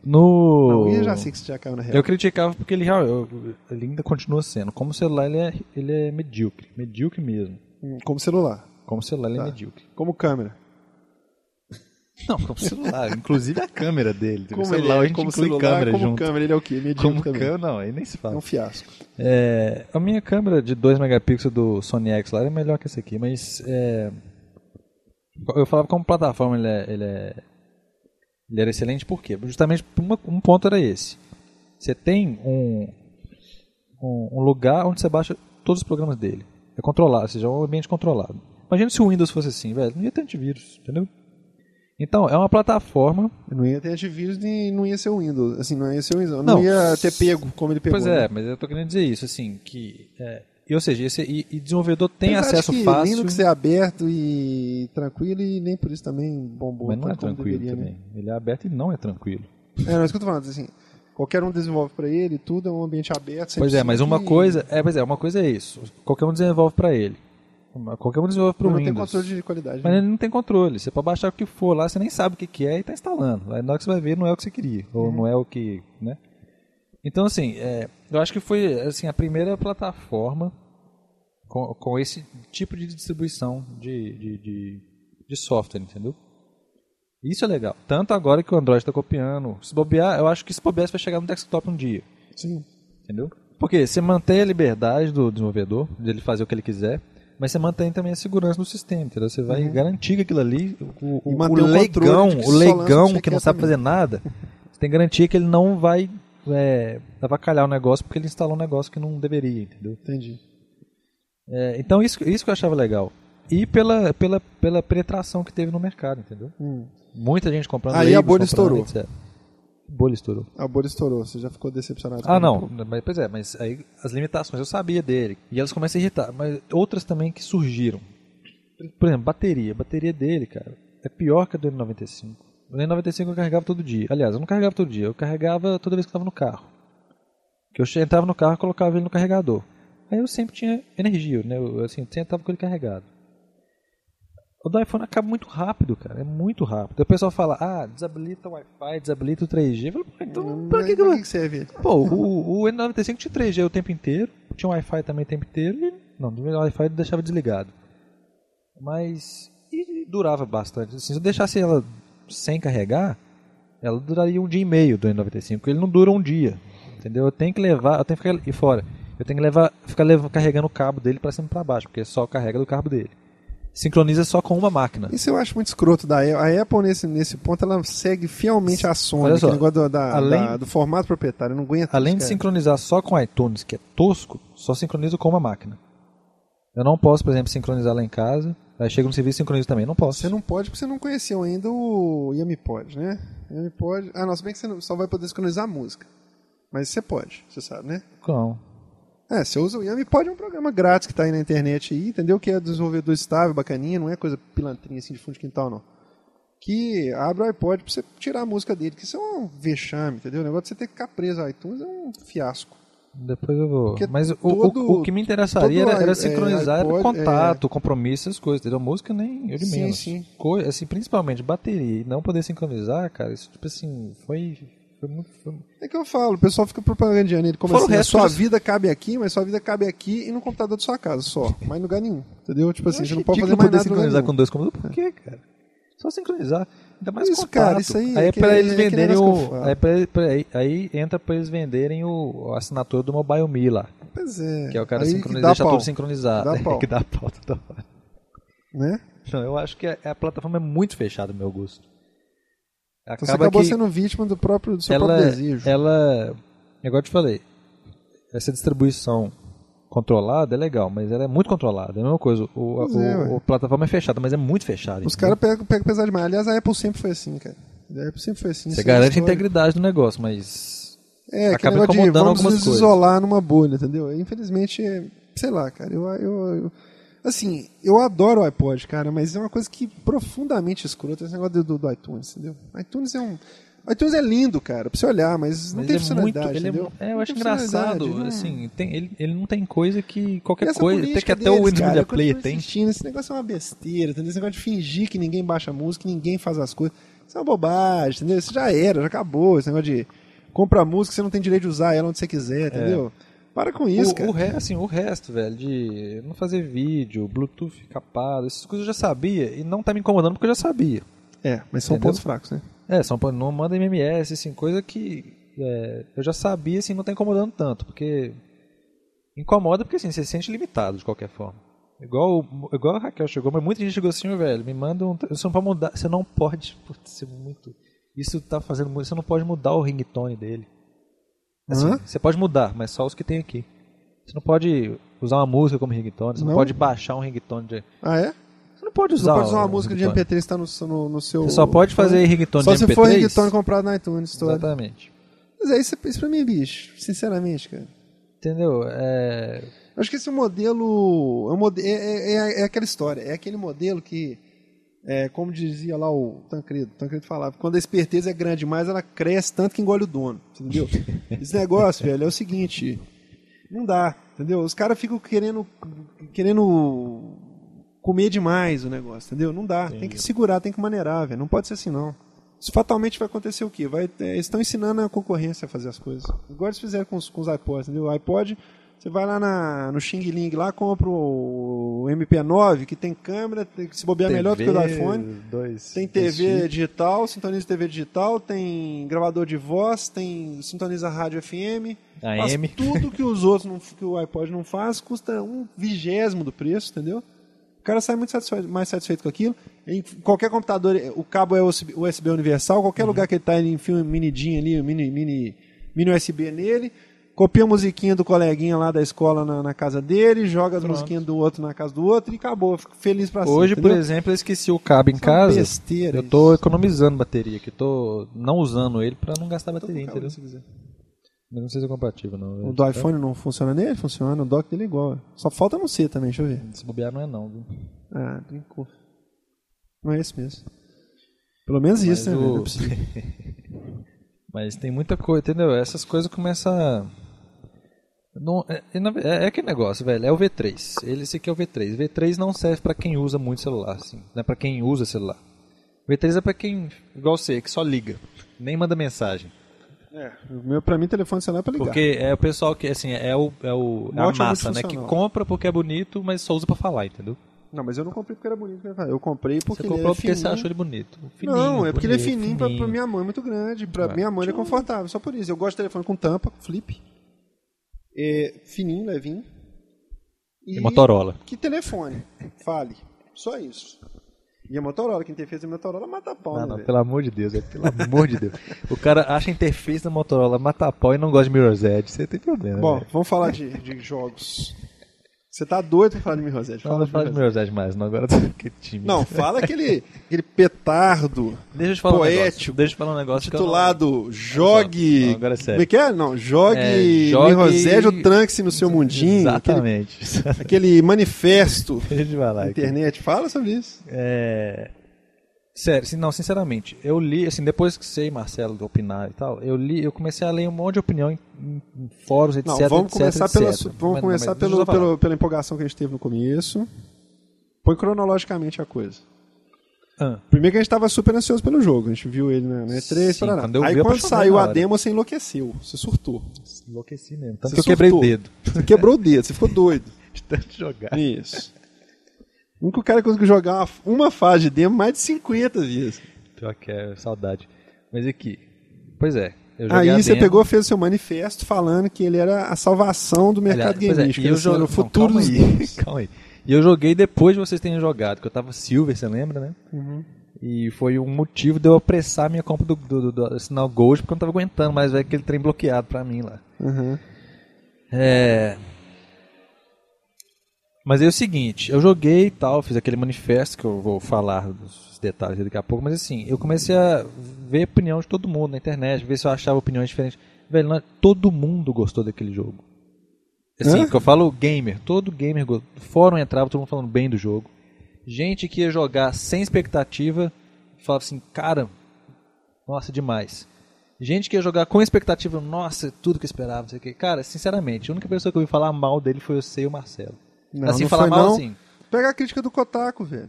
B: No.
A: Não, eu já sei que você já caiu na real.
B: Eu criticava porque ele, real- eu- ele ainda continua sendo. Como celular, ele é, ele é medíocre. Medíocre mesmo.
A: Hum, Como celular,
B: Como celular, ele
A: Tá.
B: é medíocre.
A: como câmera.
B: Não, como celular. inclusive a câmera dele. o
A: ele
B: celular,
A: é,
B: a gente
A: como
B: inclui
A: celular,
B: câmera
A: como
B: junto.
A: câmera, ele é o quê? Medíocre
B: Como
A: também.
B: câmera, não, aí nem se
A: É
B: fala.
A: um fiasco.
B: É, a minha câmera de 2 megapixels do Sony X lá é melhor que essa aqui, mas é, eu falava como plataforma ele, é, ele, é- ele era excelente por quê? Justamente por uma- um ponto era esse. Você tem um, um, um lugar onde você baixa todos os programas dele. É controlado, ou seja, é um ambiente controlado. Imagina se o Windows fosse assim, velho, não ia ter antivírus, entendeu? Então, é uma plataforma
A: Não ia ter antivírus nem não ia ser o Windows. Assim, não ia ser o Windows. Não,
B: Não.
A: ia ter pego como ele pegou.
B: Pois
A: né?
B: é, mas eu tô querendo dizer isso, assim, que. É, e, ou seja, esse, e, e desenvolvedor tem
A: Apesar de
B: acesso
A: que
B: fácil.
A: Linux é aberto e tranquilo e nem por isso também bombou.
B: Mas não é
A: tanto como
B: tranquilo
A: deveria,
B: também. Ele é aberto e não é tranquilo.
A: Né? É, não, é isso que eu tô falando. Assim, qualquer um desenvolve pra ele, tudo é um ambiente aberto. você
B: Pois é,
A: precisa
B: mas uma
A: que-
B: coisa. É, pois é, uma coisa é isso. Qualquer um desenvolve pra ele. Uma- Qualquer um desenvolve pro
A: Não tem
B: Windows.
A: controle de qualidade.
B: Mas
A: né?
B: ele não tem controle. Você pode baixar o que for lá, você nem sabe o que, que é e tá instalando. Aí na hora que você vai ver, não é o que você queria. Ou não é o que. né? Então, assim, é, eu acho que foi assim, a primeira plataforma com, com esse tipo de distribuição de, de, de, de software, entendeu? Isso é legal. Tanto agora que o Android está copiando. Se bobear, eu acho que se bobear, você vai chegar no desktop um dia.
A: Sim.
B: Entendeu? Porque você mantém a liberdade do desenvolvedor, de ele fazer o que ele quiser, mas você mantém também a segurança do sistema, entendeu? Você vai garantir que aquilo ali, o, o,
A: Uhum. E
B: o
A: manter o
B: legão,
A: controle de que só lança o
B: o
A: que
B: legão
A: você
B: que não
A: quer
B: sabe
A: também.
B: fazer nada, você tem garantia que ele não vai é, avacalhar o negócio porque ele instalou um negócio que não deveria, entendeu?
A: Entendi.
B: É, então isso, isso que eu achava legal. E pela, pela, pela penetração que teve no mercado, entendeu?
A: Hum.
B: Muita gente comprando.
A: Aí a
B: Labels,
A: bolha estourou.
B: comprando, etc. Bolha estourou.
A: A bolha estourou, você já ficou decepcionado. com
B: Ah,
A: ele.
B: não. Mas, pois é, mas aí as limitações eu sabia dele. E elas começam a irritar. Mas outras também que surgiram. Por exemplo, bateria. A bateria dele, cara, é pior que a do N95. O N95 eu carregava todo dia. Aliás, eu não carregava todo dia. Eu carregava toda vez que estava no carro. Que eu che- entrava no carro e colocava ele no carregador. Aí eu sempre tinha energia, né? Eu, assim, eu sempre estava com ele carregado. O do iPhone acaba muito rápido, cara. É muito rápido. Aí O pessoal fala, ah, desabilita o Wi-Fi, desabilita o 3G. Eu falo, "Pô, então,
A: Mas
B: pra que, que eu vou
A: que serve ele?
B: Pô, o, o N95 tinha 3G o tempo inteiro, tinha Wi-Fi também o tempo inteiro, e. Não, o Wi-Fi eu deixava desligado. Mas. E, durava bastante. Assim, se eu deixasse ela sem carregar, ela duraria um dia e meio do N95, porque ele não dura um dia. Entendeu? Eu tenho que levar, eu tenho que ficar e fora. Eu tenho que levar, ficar levando, carregando o cabo dele para cima e para baixo, porque só carrega do cabo dele. Sincroniza só com uma máquina.
A: Isso eu acho muito escroto da Apple. A Apple, nesse, nesse ponto, ela segue fielmente a Sony.
B: Olha só,
A: aquele negócio do, da-
B: além-
A: da- do formato proprietário. Eu Não aguento.
B: Além de
A: isso, cara.
B: sincronizar só com iTunes, que é tosco, só sincronizo com uma máquina. Eu não posso, por exemplo, sincronizar lá em casa. Aí chego no serviço e sincronizo também. Não posso.
A: Você não pode porque você não conheceu ainda o YamiPod, né? YamiPod... Ah, não, se bem que você não- só vai poder sincronizar a música. Mas você pode, você sabe, né?
B: não.
A: É, você usa o YamiPod, é um programa grátis que tá aí na internet aí, entendeu? Que é desenvolvedor estável, bacaninha, não é coisa pilantrinha assim de fundo de quintal, não. Que abre o iPod pra você tirar a música dele, que isso é um vexame, entendeu? O negócio de você ter que ficar preso ao iTunes é um fiasco.
B: Depois eu vou.
A: Porque
B: Mas o,
A: todo-
B: o, o que me interessaria
A: todo
B: era, era
A: i-
B: sincronizar
A: é, iPod,
B: contato, compromisso, essas coisas. Entendeu? Música nem eu de
A: Sim,
B: menos.
A: sim.
B: Co- assim, principalmente bateria e não poder sincronizar, cara, isso tipo assim, foi. Foi muito. Foi...
A: É que eu falo, o pessoal fica propagandeando ele como
B: Fora o
A: assim, a
B: resto
A: sua
B: das-
A: vida cabe aqui, mas sua vida cabe aqui e no computador da sua casa só, mas em lugar nenhum, entendeu? Tipo assim,
B: Eu
A: você
B: acho
A: não pode fazer mais
B: ridículo
A: nada em
B: poder
A: lugar
B: sincronizar
A: nenhum.
B: com dois computadores. Por quê, cara? Só sincronizar. Ainda mais
A: Isso,
B: contato.
A: cara, isso aí é
B: Aí é
A: aquele-
B: pra eles
A: é aquele
B: venderem
A: negócio que eu
B: o.
A: falo.
B: Aí, pra, pra- aí, aí entra pra eles venderem o a assinatura do Mobile Me lá.
A: Pois é.
B: Que é o cara
A: Aí
B: sincronizar,
A: dá
B: deixar
A: pau,
B: tudo sincronizado.
A: Dá pau.
B: que dá pau toda hora.
A: Né?
B: Não, eu acho que a, a plataforma é muito fechada, no meu gosto.
A: Então você acabou
B: que-
A: sendo vítima do, próprio, do seu
B: ela, é
A: próprio desejo.
B: ela, é igual eu te falei, essa distribuição controlada é legal, mas ela é muito controlada. É a mesma coisa, o,
A: Pois
B: o-
A: é, ué.
B: o- a plataforma é fechada, mas é muito fechada.
A: Os
B: entendeu?
A: caras pegam, pegam pesado demais. Aliás, a Apple sempre foi assim, cara. A Apple sempre foi assim. isso
B: Você
A: é
B: garante a
A: história.
B: integridade do negócio, mas
A: É, aquele
B: acaba
A: negócio de
B: incomodando
A: vamos
B: algumas
A: nos
B: coisas.
A: isolar numa bolha, entendeu? Infelizmente, é- sei lá, cara. Eu, eu, eu- assim, eu adoro o iPod, cara, mas é uma coisa que profundamente escrota esse negócio do, do iTunes, entendeu? iTunes é um... iTunes é lindo, cara, pra você olhar, mas não
B: mas
A: tem
B: é muito,
A: funcionalidade,
B: ele é,
A: entendeu?
B: mu- é, eu
A: Não
B: acho
A: tem funcionalidade,
B: engraçado,
A: não é-
B: assim, tem- ele, ele não tem coisa que
A: E
B: qualquer
A: essa
B: coisa, até
A: política
B: que até
A: deles,
B: o Windows
A: cara, é
B: Media
A: eu continuo
B: Player tem.
A: insistindo, Esse negócio é uma besteira, entendeu? Esse negócio de fingir que ninguém baixa música, ninguém faz as coisas. Isso é uma bobagem, entendeu? Isso já era, já acabou. Esse negócio de compra música, você não tem direito de usar ela onde você quiser, entendeu? Para com isso,
B: É. o,
A: cara.
B: o re- assim, o resto, velho, de não fazer vídeo, Bluetooth capado, essas coisas eu já sabia e não tá me incomodando porque eu já sabia.
A: É, mas são
B: Entendeu?
A: pontos fracos, né?
B: É, São Paulo não manda MMS, assim, coisa que é, eu já sabia, assim, não tá incomodando tanto, porque incomoda porque, assim, você se sente limitado de qualquer forma. Igual, o- igual a Raquel chegou, mas muita gente chegou assim, "Ô, velho, me manda um... Você não pode mudar, você não pode... Putz, isso é muito... Isso tá fazendo muito... Você não pode mudar o ringtone dele. Assim,
A: Hã?
B: você pode mudar, mas só os que tem aqui. Você não pode usar uma música como ringtone, você não,
A: Não?
B: pode baixar um ringtone de...
A: Ah, é?
B: Você não pode
A: Você
B: usar,
A: não pode usar uma
B: um
A: música de
B: ringtone.
A: MP3 que está no, seu- no, no seu.
B: Você só pode fazer ringtone
A: Só
B: de MP3.
A: se for ringtone comprado na iTunes Store.
B: Exatamente.
A: Mas é isso, isso pra mim, bicho. Sinceramente, cara.
B: Entendeu? É...
A: Eu acho que esse um modelo é, um mode- é- é- é- é aquela história, é aquele modelo que, é, como dizia lá o Tancredo, o Tancredo falava, quando a esperteza é grande demais, ela cresce tanto que engole o dono, entendeu? Esse negócio, velho, é o seguinte, não dá, entendeu? Os caras ficam querendo, querendo comer demais o negócio, entendeu? Não dá, tem que segurar, tem que maneirar, velho, não pode ser assim não. Isso fatalmente vai acontecer o quê? Vai, é, eles estão ensinando a concorrência a fazer as coisas. Igual eles fizeram com os, com os iPods, entendeu? O iPod, você vai lá na- no Xing Ling lá, compra o MP9, que tem câmera, tem- que se bobear É melhor do que o do iPhone.
B: Dois,
A: Tem TV digital, sintoniza TV digital, tem gravador de voz, tem sintoniza rádio FM. Faz
B: AM.
A: tudo que os outros, não, que o iPod não faz, custa um vigésimo do preço, entendeu? O cara sai muito satisfeito- mais satisfeito com aquilo. Em qualquer computador, o cabo é USB, USB universal, qualquer
B: Uhum.
A: lugar que ele tá, ele enfia um mini DIN ali, um mini, mini, mini USB nele, copia a musiquinha do coleguinha lá da escola na, na casa dele, joga as musiquinhas do outro na casa do outro e acabou. Fico feliz pra sempre.
B: Hoje, por
A: entendeu?
B: exemplo, eu esqueci o cabo em
A: Isso é uma
B: casa.
A: besteira
B: Eu tô
A: isso.
B: economizando bateria aqui. Tô não usando ele pra não
A: Então,
B: gastar bateria,
A: Tô com calma,
B: tá entendeu?
A: se quiser.
B: Mas não sei se é compatível, não.
A: O do iPhone não funciona nele? Funciona, o dock dele é igual. Só falta não ser também, deixa eu ver.
B: Se bobear, não é não. viu?
A: Ah, brincou. Não é esse mesmo. Pelo menos isso, né?
B: Mas
A: velho?
B: o-
A: Não é possível.
B: Mas tem muita coisa, entendeu? Essas coisas começam a... Não, é, é na- é, é aquele negócio, velho. É o V3. Ele, esse aqui é o V3. V3 não serve pra quem usa muito celular, assim. Não é pra quem usa celular. V3 é pra quem, igual você, que só liga. Nem manda mensagem.
A: O meu, pra mim, telefone celular é pra ligar.
B: Porque é o pessoal que, assim, é, o, é, o, é a
A: Ótimo
B: massa, né? Que
A: funcional.
B: compra porque é bonito, mas só usa pra falar, entendeu?
A: Não, mas eu não comprei porque era bonito. né, Eu comprei porque
B: Você
A: ele
B: comprou
A: era
B: porque você
A: fininho.
B: achou ele bonito.
A: não, é porque ele é
B: bonito,
A: fininho, Pra, pra minha mãe é muito grande. Pra
B: Ué.
A: minha mãe ele é confortável, só por isso. Eu gosto de telefone com tampa, flip. É, fininho, levinho.
B: E Motorola.
A: Que telefone? Fale. Só isso. E a Motorola, quem tem fez a Motorola mata a pau,
B: Não,
A: né,
B: não,
A: velho?
B: pelo amor de Deus, é, pelo amor de Deus. O cara acha a interface da Motorola mata a pau e não gosta de Mirror's Edge. Você tem problema, né?
A: Bom,
B: velho.
A: vamos falar de, de jogos. Você tá doido pra falar de Mirror's Edge?
B: Não,
A: Fala
B: não
A: de
B: fala de
A: Mirror's Edge.
B: Mirror's Edge mais, não. Agora tá que time.
A: Não, fala aquele, aquele petardo
B: Deixa eu te falar um negócio.
A: Poético.
B: Deixa eu te falar um negócio. que eu não-
A: titulado Jogue.
B: Não, agora é sério.
A: Como é que é? Não, jogue
B: É, jogue-
A: Mirror's Edge ou tranque-se no seu mundinho.
B: Exatamente.
A: Aquele, aquele manifesto
B: Deixa eu te falar.
A: na
B: aqui.
A: internet. Fala sobre isso.
B: É... Sério, assim, não, sinceramente, eu li, assim, depois que sei, Marcelo, opinar e tal, eu li, eu comecei a ler um monte de opinião em, em- em fóruns, etc,
A: Não, vamos
B: etc,
A: começar,
B: etc.
A: pela, su- vamos
B: Mas-
A: começar
B: mas deixa eu
A: pelo,
B: só falar.
A: pelo- pela empolgação que a gente teve no começo. Põe cronologicamente a coisa.
B: Ah,
A: Primeiro que a gente tava super ansioso pelo jogo. A gente viu ele na, na E3.
B: Sim,
A: parará.
B: quando eu
A: Aí
B: vi, eu
A: quando
B: apaixonei
A: saiu
B: na
A: a
B: hora.
A: demo, você enlouqueceu. Você surtou.
B: enlouqueci mesmo,
A: Você
B: tanto que eu quebrei o
A: surtou.
B: dedo
A: Você quebrou o dedo. Você ficou doido.
B: de tanto jogar.
A: Isso. O único cara que conseguiu jogar uma, uma fase de demo mais de 50 vezes.
B: Pior que é, saudade. Mas aqui, pois é, eu joguei
A: Aí
B: a
A: você
B: demo.
A: pegou fez o seu manifesto falando que ele era a salvação do mercado
B: Aliás, pois é,
A: gameístico.
B: e
A: ele
B: jo-
A: era o
B: não,
A: futuro
B: calma
A: dos
B: aí,
A: games.
B: calma aí. E eu joguei depois de vocês terem jogado, que eu tava silver, você lembra, né? E foi um motivo de eu apressar a minha compra do, do, do- do sinal Gold, porque eu não tava aguentando mais velho, aquele trem bloqueado pra mim lá.
A: Uhum.
B: É. Mas é o seguinte, eu joguei e tal, fiz aquele manifesto que eu vou falar dos detalhes daqui a pouco, mas assim, eu comecei a ver a opinião de todo mundo na internet, ver se eu achava opiniões diferentes. Velho, não- é, todo mundo gostou daquele jogo. Assim,
A: Hã?
B: que eu falo gamer, todo gamer, go- fórum entrava, todo mundo falando bem do jogo. Gente que ia jogar sem expectativa, falava assim, cara, nossa, demais. Gente que ia jogar com expectativa, nossa, tudo que eu esperava, não sei o que. Cara, sinceramente, a única pessoa que eu ouvi falar mal dele foi você e o Marcelo.
A: Não,
B: assim,
A: não
B: falar
A: foi,
B: mal
A: não.
B: assim,
A: Pega a crítica do Kotaku, velho.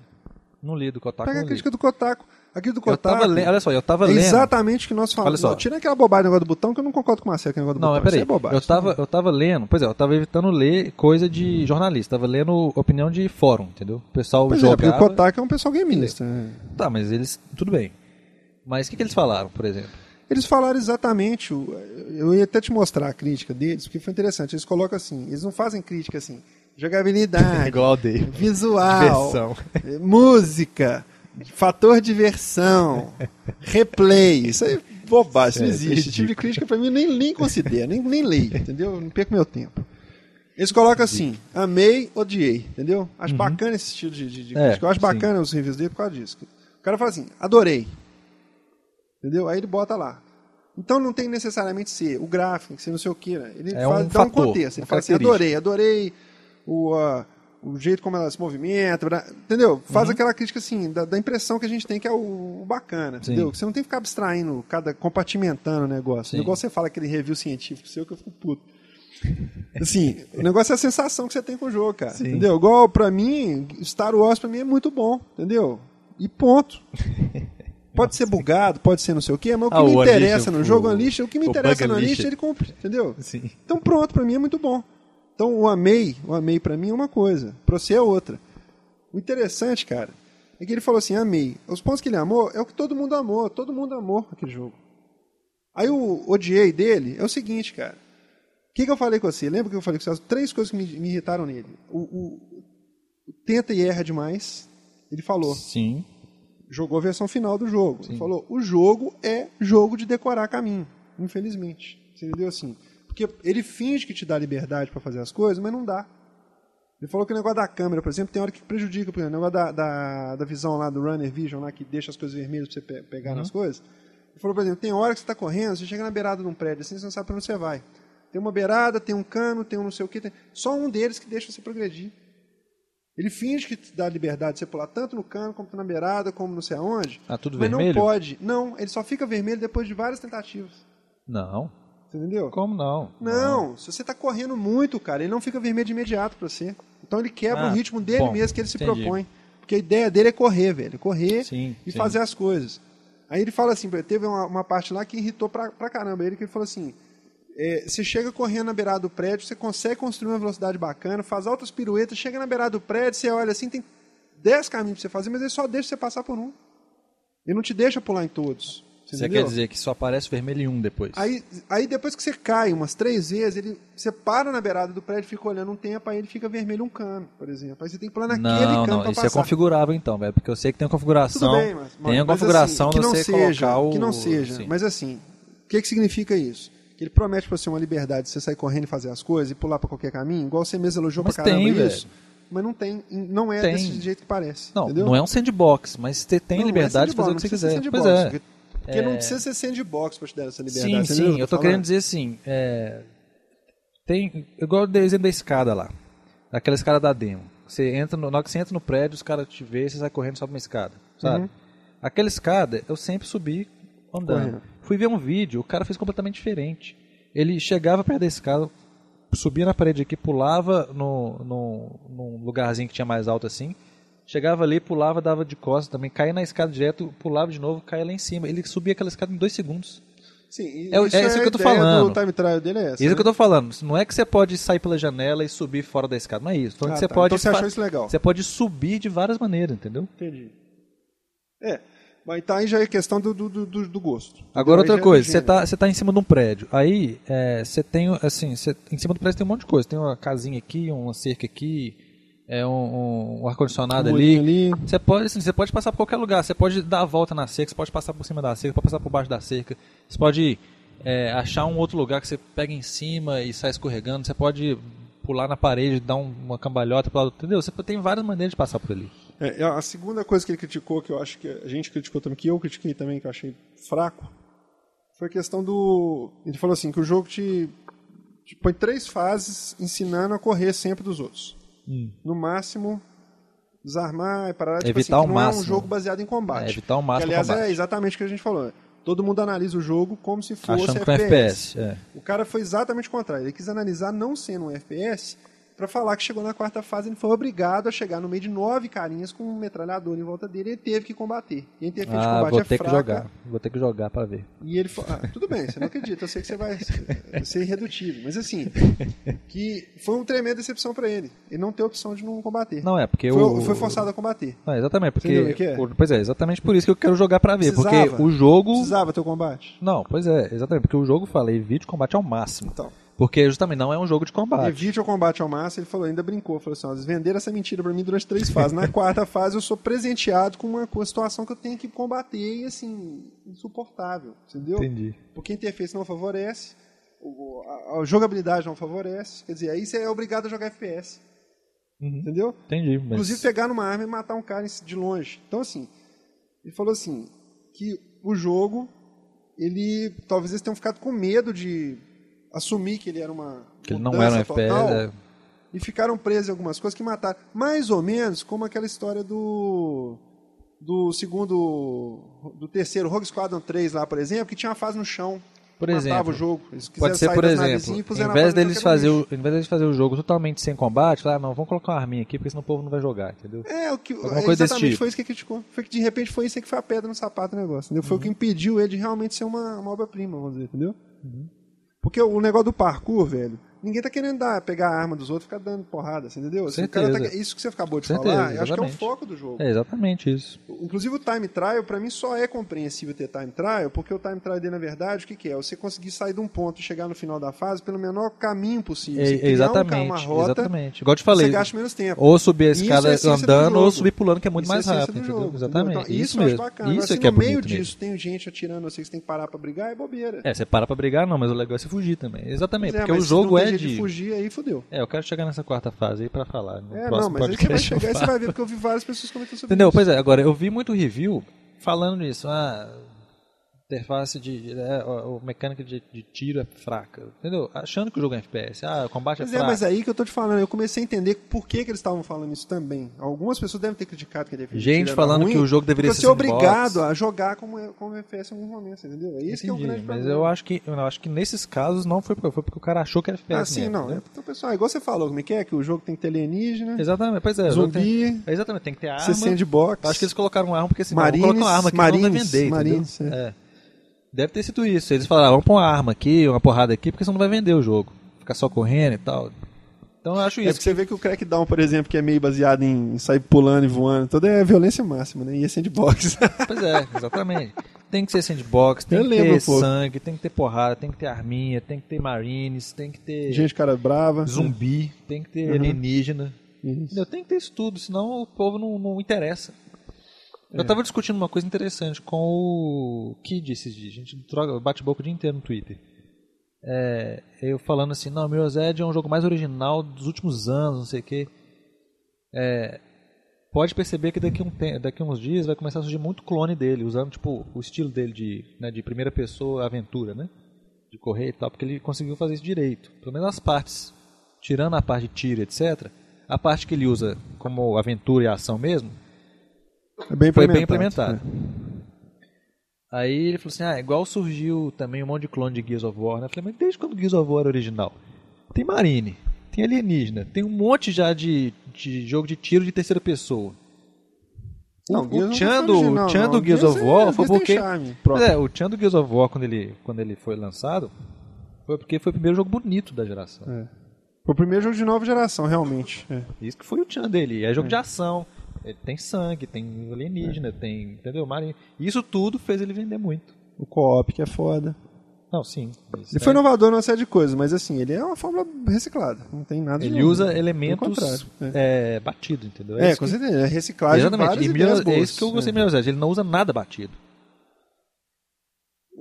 B: não li do Kotaku,
A: Pega
B: não
A: a
B: li.
A: crítica do Kotaku. Aqui do
B: Tá Eu
A: Kotaku.
B: tava lendo, olha só, eu tava
A: é
B: lendo.
A: exatamente o que nós falamos.
B: Olha só.
A: Não, Tira aquela bobagem do negócio do botão que eu não concordo com o Marcelo, que é negócio do
B: Não, mas
A: botão.
B: peraí,
A: Isso é bobagem.
B: eu tava, eu tava lendo, pois é, eu tava evitando ler coisa de jornalista, tava lendo opinião de fórum, entendeu? O pessoal
A: Pois é, porque o
B: jogava,
A: Kotaku é um pessoal gameista. né?
B: tá, mas eles, tudo bem. Mas o que que eles falaram, por exemplo?
A: Eles falaram exatamente, o- eu ia até te mostrar a crítica deles, porque foi interessante. Eles colocam assim, eles não fazem crítica assim, jogabilidade,
B: Igual ao Dave. Ah,
A: visual, eh, música, fator diversão, replay, isso aí é bobagem, isso não
B: É,
A: existe. Esse tipo de
B: ridículo.
A: crítica pra mim eu nem, nem considero, nem, nem leio, entendeu? Não perco meu tempo. Eles colocam assim, amei, odiei, entendeu? Acho bacana esse estilo de, de, de
B: Uhum. É,
A: crítica. Eu acho
B: sim.
A: bacana os reviews dele por causa disso. O cara fala assim, adorei. Entendeu? Aí ele bota lá. Então não tem necessariamente ser o gráfico, que ser não sei o que. Né? Ele
B: É
A: fala- dá
B: um
A: um
B: fator,
A: contexto. Ele
B: uma
A: fala assim,
B: característica.
A: adorei, adorei o, ah, o jeito como ela se movimenta, blá, entendeu?
B: Uhum.
A: Faz aquela crítica assim, da, da impressão que a gente tem que é o, o bacana,
B: Sim.
A: entendeu? Que você não tem que ficar abstraindo, cada, compartimentando o negócio.
B: Sim.
A: Igual você fala aquele review científico seu que eu fico puto. Assim, o negócio é a sensação que você tem com o jogo, cara.
B: Sim.
A: Entendeu? Igual pra mim, Star Wars pra mim é muito bom, entendeu? E ponto. Pode ser bugado, pode ser não sei o quê, mas o que
B: Ah,
A: me
B: o
A: interessa
B: Unleashed,
A: no
B: o-
A: jogo Unleashed, o que me
B: o
A: interessa
B: Bug
A: no Unleashed,
B: Unleashed.
A: ele cumpre, entendeu?
B: Sim.
A: Então pronto, pra mim é muito bom. Então o amei, o amei pra mim é uma coisa, pra você é outra. O interessante, cara, é que ele falou assim, amei. Os pontos que ele amou é o que todo mundo amou, todo mundo amou aquele jogo. Aí o odiei dele é o seguinte, cara. O que, que eu falei com você? Lembra que eu falei com você? As três coisas que me, me irritaram nele. O, o- o tenta e erra demais. Ele falou.
B: Sim.
A: Jogou a versão final do jogo. Ele falou, o jogo é jogo de decorar caminho. Infelizmente. Você entendeu assim? Porque ele finge que te dá liberdade pra fazer as coisas, mas não dá. Ele falou que o negócio da câmera, por exemplo, tem hora que prejudica, por exemplo, o negócio da, da, da visão lá do runner vision, lá que deixa as coisas vermelhas pra você pe- pegar
B: Uhum.
A: nas coisas. Ele falou, por exemplo, tem hora que você tá correndo, você chega na beirada de um prédio, assim, você não sabe pra onde você vai. Tem uma beirada, tem um cano, tem um não sei o que, tem... só um deles que deixa você progredir. Ele finge que te dá liberdade de você pular tanto no cano, como tá na beirada, como não sei aonde.
B: Ah, tudo
A: mas
B: vermelho?
A: não pode. Não, ele só fica vermelho depois de várias tentativas.
B: Não.
A: Você entendeu?
B: Como não?
A: Não, se você tá correndo muito, cara, ele não fica vermelho de imediato pra você. Então ele quebra
B: Ah,
A: o ritmo dele
B: bom,
A: mesmo que ele se
B: entendi.
A: propõe. Porque a ideia dele é correr, velho. Correr
B: Sim,
A: e
B: sim.
A: fazer as coisas. Aí ele fala assim, teve uma, uma parte lá que irritou pra, pra caramba ele, que ele falou assim, é, você chega correndo na beirada do prédio, você consegue construir uma velocidade bacana, faz altas piruetas, chega na beirada do prédio, você olha assim, tem 10 caminhos pra você fazer, mas ele só deixa você passar por um. Ele não te deixa pular em todos.
B: Você
A: entendeu?
B: quer dizer que só aparece o vermelho em um depois.
A: Aí, aí depois que você cai umas três vezes, ele, você para na beirada do prédio, fica olhando um tempo, aí ele fica vermelho um cano, por exemplo. Aí você tem que pular naquele
B: não,
A: cano
B: não,
A: pra
B: isso é
A: passar.
B: configurável então, velho, porque eu sei que tem uma configuração.
A: Tudo bem, mas,
B: tem
A: mas
B: a configuração
A: assim,
B: de
A: que não
B: você
A: seja,
B: colocar o
A: que não seja.
B: Sim.
A: Mas assim, o que que significa isso? Que ele promete pra você uma liberdade, você sair correndo e fazer as coisas e pular pra qualquer caminho, igual você mesmo elogiou
B: Mas
A: pra caramba
B: tem, velho.
A: isso. Mas não tem, não é
B: Tem.
A: desse jeito que parece.
B: não,
A: entendeu?
B: não é um sandbox, mas você tem
A: Não, não é
B: liberdade de fazer o que
A: sandbox,
B: você
A: não precisa
B: quiser.
A: ser
B: Pois
A: sandbox,
B: é.
A: Porque, porque não precisa ser sandbox pra te dar essa liberdade.
B: Sim,
A: entendeu o
B: sim,
A: que
B: eu tô
A: falando?
B: querendo dizer assim, é, tem, igual o desenho da escada lá, aquela escada da demo. Você entra no, na hora que você entra no prédio, os caras te vê, você sai correndo e sobe uma escada, sabe?
A: Uhum.
B: Aquela escada, eu sempre subi andando.
A: Correndo.
B: Fui ver um vídeo, o cara fez completamente diferente. Ele chegava perto da escada, subia na parede aqui, pulava no, no, num lugarzinho que tinha mais alto assim, chegava ali, pulava, dava de costas também, caía na escada direto, pulava de novo, caía lá em cima. Ele subia aquela escada em dois segundos.
A: Sim, e
B: É o- é isso
A: a
B: que eu tô
A: ideia
B: falando.
A: do time trial dele é essa.
B: Isso
A: né?
B: que eu tô falando. Não é que você pode sair pela janela e subir fora da escada. Não é isso. Então,
A: Ah,
B: você
A: tá.
B: pode
A: Então você
B: fa-
A: achou isso legal.
B: Você pode subir de várias maneiras, entendeu?
A: Entendi. É, mas tá aí já é questão do, do, do, do gosto.
B: Agora
A: Entendeu?
B: outra
A: Aí já é
B: coisa,
A: do
B: você
A: gênero.
B: tá, você tá em cima de um prédio. Aí é, você tem assim, você, em cima do prédio tem um monte de coisa. Tem uma casinha aqui, uma cerca aqui, é um, um- um ar-condicionado
A: Um
B: ali.
A: murinho ali.
B: Você pode, assim, você pode passar por qualquer lugar, você pode dar a volta na cerca, você pode passar por cima da cerca, pode passar por baixo da cerca, você pode é, achar um outro lugar que você pega em cima e sai escorregando, você pode pular na parede, dar um- uma cambalhota, pro lado, entendeu? Você tem várias maneiras de passar por ali.
A: É, a segunda coisa que ele criticou, que eu acho que a gente criticou também, que eu critiquei também, que eu achei fraco, foi a questão do. Ele falou assim: que o jogo te, te põe três fases ensinando a correr sempre dos outros.
B: Hum.
A: No máximo, desarmar e parar tipo
B: Evitar
A: assim,
B: o
A: que não
B: máximo.
A: é um jogo baseado em combate.
B: É, evitar o máximo
A: Que, aliás,
B: combate.
A: é exatamente o que a gente falou. Todo mundo analisa o jogo como se fosse
B: Achando que é um FPS. é.
A: o cara foi exatamente o contrário. Ele quis analisar não sendo um FPS pra falar que chegou na quarta fase ele foi obrigado a chegar no meio de nove carinhas com um metralhador em volta dele e ele teve que combater. E a interface de
B: Ah,
A: combate
B: vou
A: é
B: ter que
A: fraca.
B: jogar. Vou ter que jogar pra ver.
A: E ele falou, ah, tudo bem, você não acredita, eu sei que você vai ser irredutível, mas assim, que foi uma tremenda decepção pra ele. Ele não ter opção de não combater.
B: Não é, porque
A: foi,
B: o...
A: foi forçado a combater.
B: Ah, exatamente,
A: Entendeu
B: porque...
A: o que é?
B: por- pois é, exatamente por isso que eu quero jogar pra ver, porque
A: Precisava.
B: o jogo...
A: Precisava ter o combate.
B: Não, pois é, exatamente, porque o jogo, falei, evite o combate ao máximo.
A: Então,
B: Porque justamente não é um jogo de combate.
A: Evite o combate ao máximo, ele falou, ainda brincou, falou assim, ó, eles venderam essa mentira pra mim durante três fases. Na quarta fase eu sou presenteado com uma co- situação que eu tenho que combater e assim, insuportável, entendeu?
B: Entendi.
A: Porque a interface não favorece, o- a, a jogabilidade não favorece, quer dizer, aí você é obrigado a jogar FPS,
B: Uhum.
A: entendeu?
B: Entendi, mas...
A: Inclusive pegar numa arma e matar um cara de longe. Então assim, ele falou assim, que o jogo, ele, talvez eles tenham ficado com medo de assumir que ele era uma
B: que ele não era
A: mudança
B: um FPS.
A: total
B: é.
A: e ficaram presos em algumas coisas que mataram. Mais ou menos como aquela história do. Do segundo. Do terceiro Rogue Squadron 3 lá, por exemplo, que tinha uma fase no chão.
B: Por
A: que
B: exemplo,
A: matava o jogo. Eles quiseram
B: Pode ser,
A: sair
B: por
A: das navezinhas
B: exemplo,
A: e puseram
B: em
A: a
B: vez,
A: fase no
B: deles
A: chão, que
B: fazer
A: era um
B: o, em vez deles fazer o jogo totalmente sem combate, falar, ah, não, vamos colocar uma arminha aqui, porque senão o povo não vai jogar, entendeu?
A: lixo. É, o que,
B: Alguma coisa desse
A: exatamente
B: tipo.
A: foi isso que ele criticou. Foi que de repente foi isso aí que foi a pedra no sapato do negócio. Entendeu? Foi
B: Uhum.
A: o que impediu ele de realmente ser uma, uma obra-prima, vamos dizer, entendeu?
B: Uhum.
A: Porque o negócio do parkour, velho, ninguém tá querendo dar, pegar a arma dos outros e ficar dando porrada, assim, entendeu? Assim, o cara tá-
B: Certeza.
A: isso que você acabou de
B: Certeza,
A: falar, eu acho que é o
B: exatamente.
A: foco do jogo.
B: É exatamente isso.
A: Inclusive o time trial, pra mim, só é compreensível ter time trial, porque o time trial dele, na verdade, o que, que é? Você conseguir sair de um ponto e chegar no final da fase pelo menor caminho possível. Você criar
B: É-
A: um ca-
B: exatamente,
A: uma rota,
B: exatamente. Igual eu te
A: você
B: falei,
A: gasta menos tempo.
B: ou subir a
A: Isso é
B: escada
A: a essência do
B: andando, ou
A: jogo.
B: subir pulando, que é muito
A: Isso é
B: mais
A: a essência
B: rápio,
A: do
B: entendeu?
A: jogo, entendeu?
B: Exatamente,
A: Então,
B: isso
A: eu acho
B: mesmo.
A: bacana.
B: Isso
A: Agora,
B: é
A: se
B: que é
A: no meio
B: bonito mesmo.
A: disso tem gente atirando, você que você tem que parar pra brigar, é bobeira.
B: É, você para pra brigar, não, mas o legal é você fugir também. Exatamente,
A: Pois é,
B: porque
A: mas
B: o
A: se não
B: jogo
A: tem
B: é
A: jeito
B: de...
A: fugir, aí fodeu.
B: É, eu quero chegar nessa quarta fase aí pra falar. No
A: É, não,
B: próximo
A: mas aí você vai
B: podcast
A: chegar
B: eu
A: e
B: falo.
A: você vai ver, porque eu vi várias pessoas comentando sobre
B: Entendeu?
A: isso.
B: Pois é, agora eu vi muito review falando isso. Ah, interface de. é, o o mecânica de, de tiro é fraca. Entendeu? Achando que o jogo é FPS. Ah, o combate é
A: Mas é,
B: fraco.
A: mas aí que eu tô te falando, eu comecei a entender por que, que eles estavam falando isso também. Algumas pessoas devem ter criticado que ele
B: Gente falando que o jogo deveria ser
A: Você é
B: sandbox.
A: obrigado a jogar como, é- como FPS em algum momento, entendeu? É isso que é o
B: Entendi,
A: grande
B: mas
A: problema.
B: eu acho que eu acho que nesses casos não foi porque foi porque o cara achou que era FPS
A: Ah, sim,
B: mesmo,
A: não.
B: entendeu?
A: Então, pessoal, é igual você falou, como é que é? Que o jogo tem que ter alienígena,
B: Exatamente, pois é. o jogo tem-
A: zumbi,
B: é, exatamente, tem que ter
A: você
B: arma.
A: sandbox.
B: Eu acho que eles colocaram uma arma porque assim,
A: Marines,
B: não, vamos colocar uma arma que não vai
A: Marines,
B: vender,
A: Marines,
B: entendeu? É. Deve ter sido isso. "Ah, Eles falaram, vamos pôr uma arma aqui, uma porrada aqui, porque senão não vai vender o jogo. Ficar só correndo e tal. Então eu acho
A: É
B: isso.
A: porque você vê que o Crackdown, por exemplo, que é meio baseado em sair pulando e voando, toda é violência máxima, né? E é sandbox.
B: Pois é, exatamente. Tem que ser sandbox, tem
A: Eu
B: que
A: lembro
B: ter
A: um pouco.
B: sangue, tem que ter porrada, tem que ter arminha, tem que ter marines, tem que ter
A: Gente, cara brava.
B: zumbi, tem que ter
A: Uhum.
B: alienígena.
A: Isso.
B: Eu tenho que ter isso tudo, senão o povo não, não interessa. Eu tava discutindo uma coisa interessante com o Kid esses dias. A gente troca, bate boca o dia inteiro no Twitter. É, eu falando assim, não, Mirror's Edge é um jogo mais original dos últimos anos, não sei o quê. É, pode perceber que daqui a um te- daqui a uns dias vai começar a surgir muito clone dele, usando tipo o estilo dele de, né, de primeira pessoa aventura, né? De correr e tal, porque ele conseguiu fazer isso direito. Pelo menos as partes, tirando a parte de tiro, etc. A parte que ele usa como aventura e ação mesmo,
A: É bem
B: foi bem
A: implementado. né?
B: implementado. Aí ele falou assim: ah, igual surgiu também um monte de clone de Gears of War, né? Eu falei, mas desde quando Gears of War era original? Tem Marine, tem alienígena, tem um monte já de, de jogo de tiro de terceira pessoa. O-
A: Não, Gears não
B: o Chan
A: foi
B: do,
A: original,
B: o Chan
A: não.
B: do Gears of
A: Gears é-
B: War foi
A: Gears tem
B: porque.
A: charme
B: Pois
A: próprio.
B: é, o Chan do Gears of War, quando ele, quando ele foi lançado, foi porque foi o primeiro jogo bonito da geração.
A: Foi o primeiro jogo de nova geração, realmente. É.
B: Isso que foi o Tchan dele. É jogo de ação. Ele tem sangue, tem alienígena, tem. Entendeu? Marinho. Isso tudo fez ele vender muito.
A: O co-op que é foda.
B: Não, sim. isso
A: Ele foi
B: é-
A: inovador numa série de coisas, mas assim, ele é uma fórmula reciclada. Não tem nada de
B: ele
A: novo.
B: usa
A: Pelo
B: elementos
A: contrário,
B: né? é, batidos, entendeu?
A: É,
B: isso
A: com
B: que-
A: certeza. É reciclagem de várias
B: Exatamente. E
A: ideias
B: Mirror's-
A: boas.
B: é isso que eu
A: É.
B: gostei do Mirror's Edge. Ele não usa nada batido.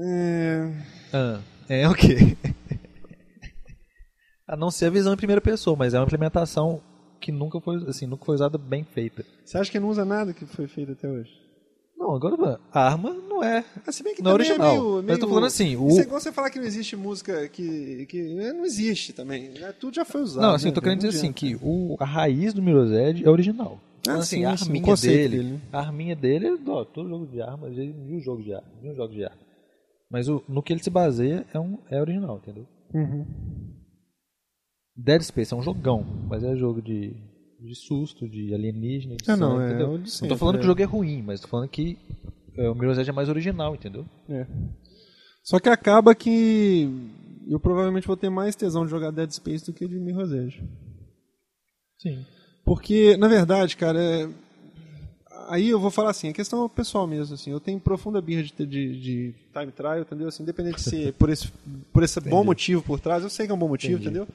A: É,
B: Ah, é o quê? a não ser a visão em primeira pessoa, mas é uma implementação que nunca foi, assim, nunca foi usada bem feita.
A: Você acha que não usa nada que foi feito até hoje?
B: Não, agora a arma não é.
A: Ah, se bem que
B: Não é
A: também
B: original.
A: é meio,
B: Mas eu
A: meio...
B: tô falando assim, o-
A: Isso é igual você falar que não existe música que... que é, não existe também. É, Tudo já foi usado.
B: Não, assim,
A: né,
B: eu tô querendo
A: velho?
B: dizer assim,
A: Não adianta.
B: que o, a raiz do Mirror's Edge é original. Então,
A: Ah,
B: assim,
A: sim,
B: a
A: sim, o
B: arminha
A: conceito
B: dele,
A: dele, né?
B: a arminha dele, é, ó, todo jogo de arma, ele mil jogos de arma, mil jogos de arma. Mas o- no que ele se baseia é, um, é original, entendeu?
A: Uhum.
B: Dead Space é um jogão, mas é jogo de, de susto, de alienígena, de
A: Ah,
B: sangue,
A: não, é
B: entendeu?
A: o de
B: não tô
A: sempre,
B: falando que
A: é.
B: o jogo é ruim, mas tô falando que é, o Mirror's Edge é mais original, entendeu?
A: É. Só que acaba que eu provavelmente vou ter mais tesão de jogar Dead Space do que de Mirror's Edge.
B: Sim.
A: Porque, na verdade, cara, é- aí eu vou falar assim, a questão é pessoal mesmo, assim, eu tenho profunda birra de, de, de time trial, entendeu? Assim, independente de ser por esse, por esse bom motivo por trás, eu sei que é um bom motivo, entendeu?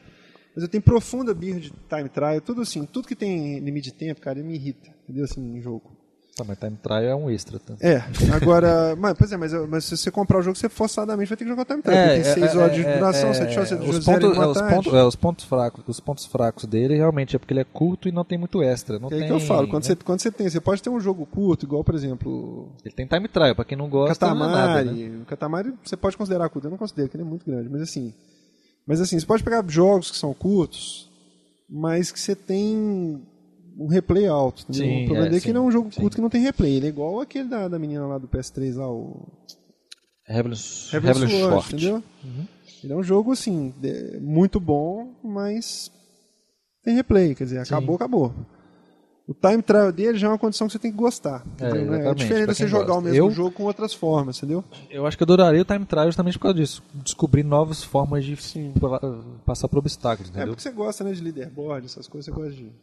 A: Mas eu tenho profunda birra de time trial, tudo assim, tudo que tem limite de tempo, cara, me irrita, entendeu? Assim, em jogo.
B: Tá, mas Time Trial é um extra, tá?
A: É, agora, mas, pois é, mas, eu- mas se você comprar o jogo, você forçadamente vai ter que jogar o time trial,
B: É,
A: porque tem 6 horas de duração, 7 horas de tá
B: os
A: duração,
B: pontos, é,
A: zero
B: os, pontos, é, os pontos fracos, os pontos fracos dele realmente é porque ele é curto e não tem muito extra. Não
A: É aí
B: tem,
A: que eu falo, quando,
B: né?
A: você, quando você tem, você pode ter um jogo curto, igual, por exemplo,
B: Ele tem time trial, pra quem não gosta,
A: Catamari.
B: não é nada, né?
A: O Catamari você pode considerar curto. Eu não considero, porque ele é muito grande. Mas assim, mas assim, você pode pegar jogos que são curtos, mas que você tem um replay alto. entendeu?
B: Sim,
A: o problema
B: é,
A: dele é
B: sim,
A: que ele é um jogo
B: sim.
A: curto que não tem replay. Ele é igual aquele da, da menina lá do PS3, lá, o
B: Revelation
A: Heavenly
B: Revelation
A: Sword,
B: Short.
A: entendeu?
B: Uhum.
A: Ele é um jogo, assim, de- muito bom, mas tem replay, quer dizer, acabou, acabou. O time trial dele já é uma condição que você tem que gostar. entendeu, né? É,
B: exatamente,
A: diferente
B: pra
A: de você
B: quem
A: jogar o
B: gosta.
A: mesmo
B: Eu-
A: jogo com outras formas, entendeu?
B: Eu acho que eu adoraria o time trial justamente por causa disso. Descobrir novas formas de
A: Sim.
B: pa- passar por obstáculos,
A: É
B: entendeu?
A: porque você gosta, né, de leaderboard, essas coisas, você gosta de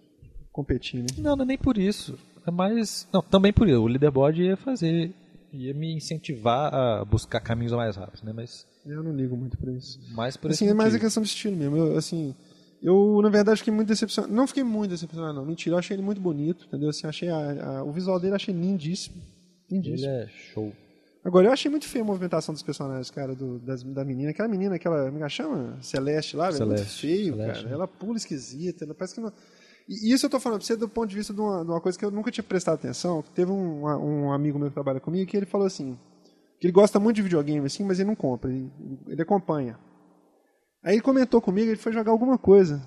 A: competir, né?
B: Não, não é nem por isso. É mais. Não, também por isso. O leaderboard ia fazer. ia me incentivar a buscar caminhos mais rápidos, né? Mas
A: Eu não ligo muito pra isso.
B: mais por
A: assim,
B: esse
A: é mais a
B: motivo.
A: questão de estilo mesmo. Eu, assim, eu, na verdade, fiquei muito decepcionado. Não fiquei muito decepcionado, não. Mentira, eu achei ele muito bonito, entendeu? Assim, achei a- a- o visual dele eu achei lindíssimo. Lindíssimo.
B: Ele é show.
A: Agora, eu achei muito feia a movimentação dos personagens, cara, do, das- da menina. Aquela menina, aquela, como é que ela chama? Celeste lá, velho, é muito
B: Celeste,
A: feio,
B: Celeste,
A: cara.
B: né?
A: Ela pula esquisita, ela parece que não... E isso eu tô falando pra você do ponto de vista de uma, de uma coisa que eu nunca tinha prestado atenção. que Teve um, um amigo meu que trabalha comigo que ele falou assim, que ele gosta muito de videogame, assim, mas ele não compra, ele, ele acompanha. Aí ele comentou comigo, ele foi jogar alguma coisa.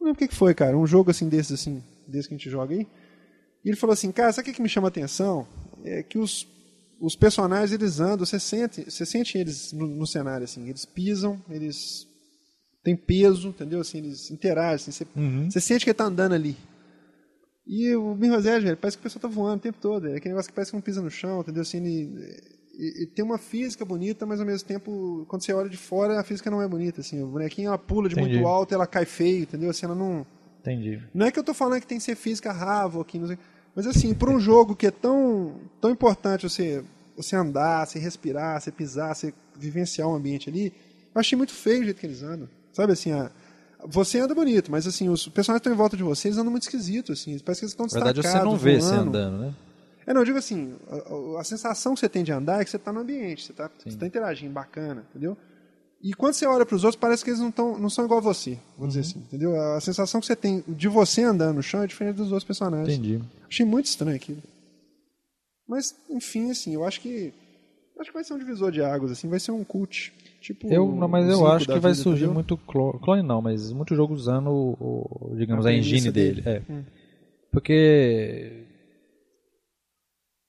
A: Não lembro o que que foi, cara. Um jogo assim desses, assim, desse que a gente joga aí. E ele falou assim, cara, sabe o que, que me chama a atenção? É que os, os personagens, eles andam, você sente, você sente eles no, no cenário, assim. Eles pisam, eles têm peso, entendeu? Assim, eles interagem, assim, você,
B: Uhum,
A: você sente que ele tá andando ali. E o Mirror's Edge, velho, parece que o pessoal tá voando o tempo todo. É aquele negócio que parece que não pisa no chão, entendeu? Assim, ele, e, e tem uma física bonita, mas ao mesmo tempo, quando você olha de fora, a física não é bonita. Assim, o bonequinho ela pula de
B: Entendi.
A: muito alto, ela cai feio, entendeu? Assim, ela não.
B: Entendi.
A: Não é que eu tô falando que tem que ser física ravo aqui, não sei. Mas assim, para um jogo que é tão, tão importante você, você andar, você respirar, você pisar, você vivenciar o ambiente ali, eu achei muito feio o jeito que eles andam. Sabe assim, a- você anda bonito, mas assim, os personagens que estão em volta de você, eles andam muito esquisito, assim. Parece que eles estão
B: Na verdade,
A: destacados,
B: você não vê você
A: voando.
B: andando, né?
A: É, não, eu digo assim, a, a- a sensação que você tem de andar é que você está no ambiente, você está interagindo, bacana, entendeu? E quando você olha para os outros, parece que eles não, tão, não são igual a você, vou dizer
B: Uhum.
A: assim, entendeu? A, a sensação que você tem de você andando no chão é diferente dos outros personagens.
B: Entendi.
A: Achei muito estranho aquilo. Mas, enfim, assim, eu acho que acho que vai ser um divisor de águas, assim, vai ser um cult. Tipo,
B: Eu, não, mas
A: um
B: eu
A: cinco
B: acho
A: da
B: que vai
A: vida,
B: surgir
A: entendeu?
B: muito clone, clone não, mas muito jogo usando, o, o, digamos,
A: A
B: a, engine
A: premissa
B: dele.
A: dele. Hum.
B: é. Porque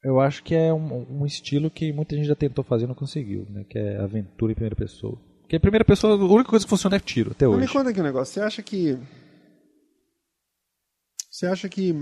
B: eu acho que é um, um estilo que muita gente já tentou fazer e não conseguiu, né? Que é aventura em primeira pessoa. Porque em primeira pessoa, a única coisa que funciona é tiro, até
A: Mas
B: hoje.
A: me conta aqui um negócio. Você acha que. Você acha que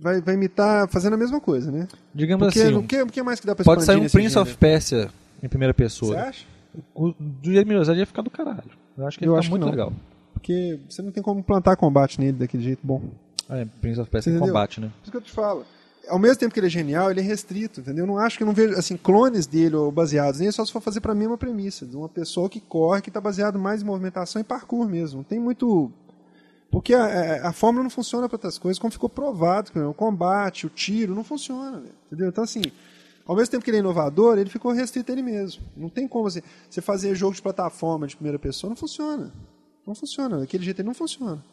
A: vai, vai imitar fazendo a mesma coisa, né?
B: Digamos
A: Porque
B: assim,
A: o que, o que mais que dá pra
B: pode
A: expandir
B: sair um
A: nesse
B: Prince
A: gênero?
B: of Persia em primeira
A: Você
B: pessoa.
A: acha?
B: O- Do jeito Miyazaki ia ficar do caralho. Eu acho que
A: Eu
B: ia
A: acho
B: ficar
A: que
B: muito
A: não.
B: legal.
A: Porque você não tem como plantar combate nele daquele jeito bom. Por
B: É, Prince of Persia em
A: Entendeu?
B: combate, né?
A: isso que eu te falo. Ao mesmo tempo que ele é genial, ele é restrito, entendeu? Eu não acho que eu não vejo, assim, clones dele ou baseados nele, é só se for fazer pra mesma premissa, de uma pessoa que corre, que tá baseado mais em movimentação e parkour mesmo. Não tem muito Porque a- é, a, a fórmula não funciona para outras coisas, como ficou provado, que é o combate, o tiro, não funciona, velho, entendeu? Então, assim, ao mesmo tempo que ele é inovador, ele ficou restrito a ele mesmo. Não tem como assim, você fazer jogo de plataforma de primeira pessoa, não funciona. Não funciona, daquele jeito ele não funciona.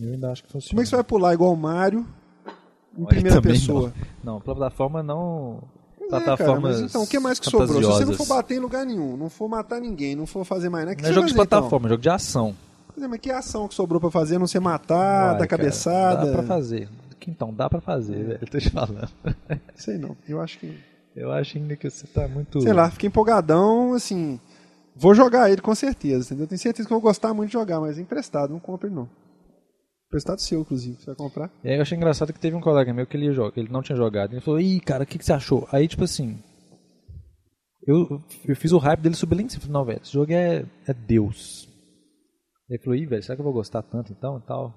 B: Eu ainda acho que funciona.
A: Como é que você vai pular igual o Mario em
B: Aí
A: primeira
B: também
A: pessoa?
B: Não, não plataforma não.
A: Pois é, cara, mas então, o que mais que sobrou? Se você não for
B: fantasiosas.
A: bater em lugar nenhum, não for matar ninguém, não for fazer mais nada, o que
B: Não é
A: você
B: jogo
A: vai
B: de
A: fazer, então?
B: plataforma, é jogo de ação.
A: Pois é, Mas que ação que sobrou para fazer, a não ser matar, dar
B: Vai, cara,
A: Ah, cabeçada? É.
B: Dá pra fazer. Então, dá pra fazer, velho. Eu tô te falando.
A: Sei não, eu acho que...
B: Eu acho ainda que você tá muito.
A: Sei lá, fiquei empolgadão, assim. Vou jogar ele com certeza, entendeu? Tenho certeza que eu vou gostar muito de jogar, mas emprestado, não compre não. Emprestado seu, inclusive, você vai comprar?
B: E aí eu achei engraçado que teve um colega meu que ele, ia jogar, ele não tinha jogado. Ele falou, ih, cara, o que, que você achou? Aí, tipo assim. Eu, eu fiz o hype dele subir lá em cima. Eu falei, Não, velho, esse jogo é, é Deus. Ele falou, ih, velho, será que eu vou gostar tanto então e tal?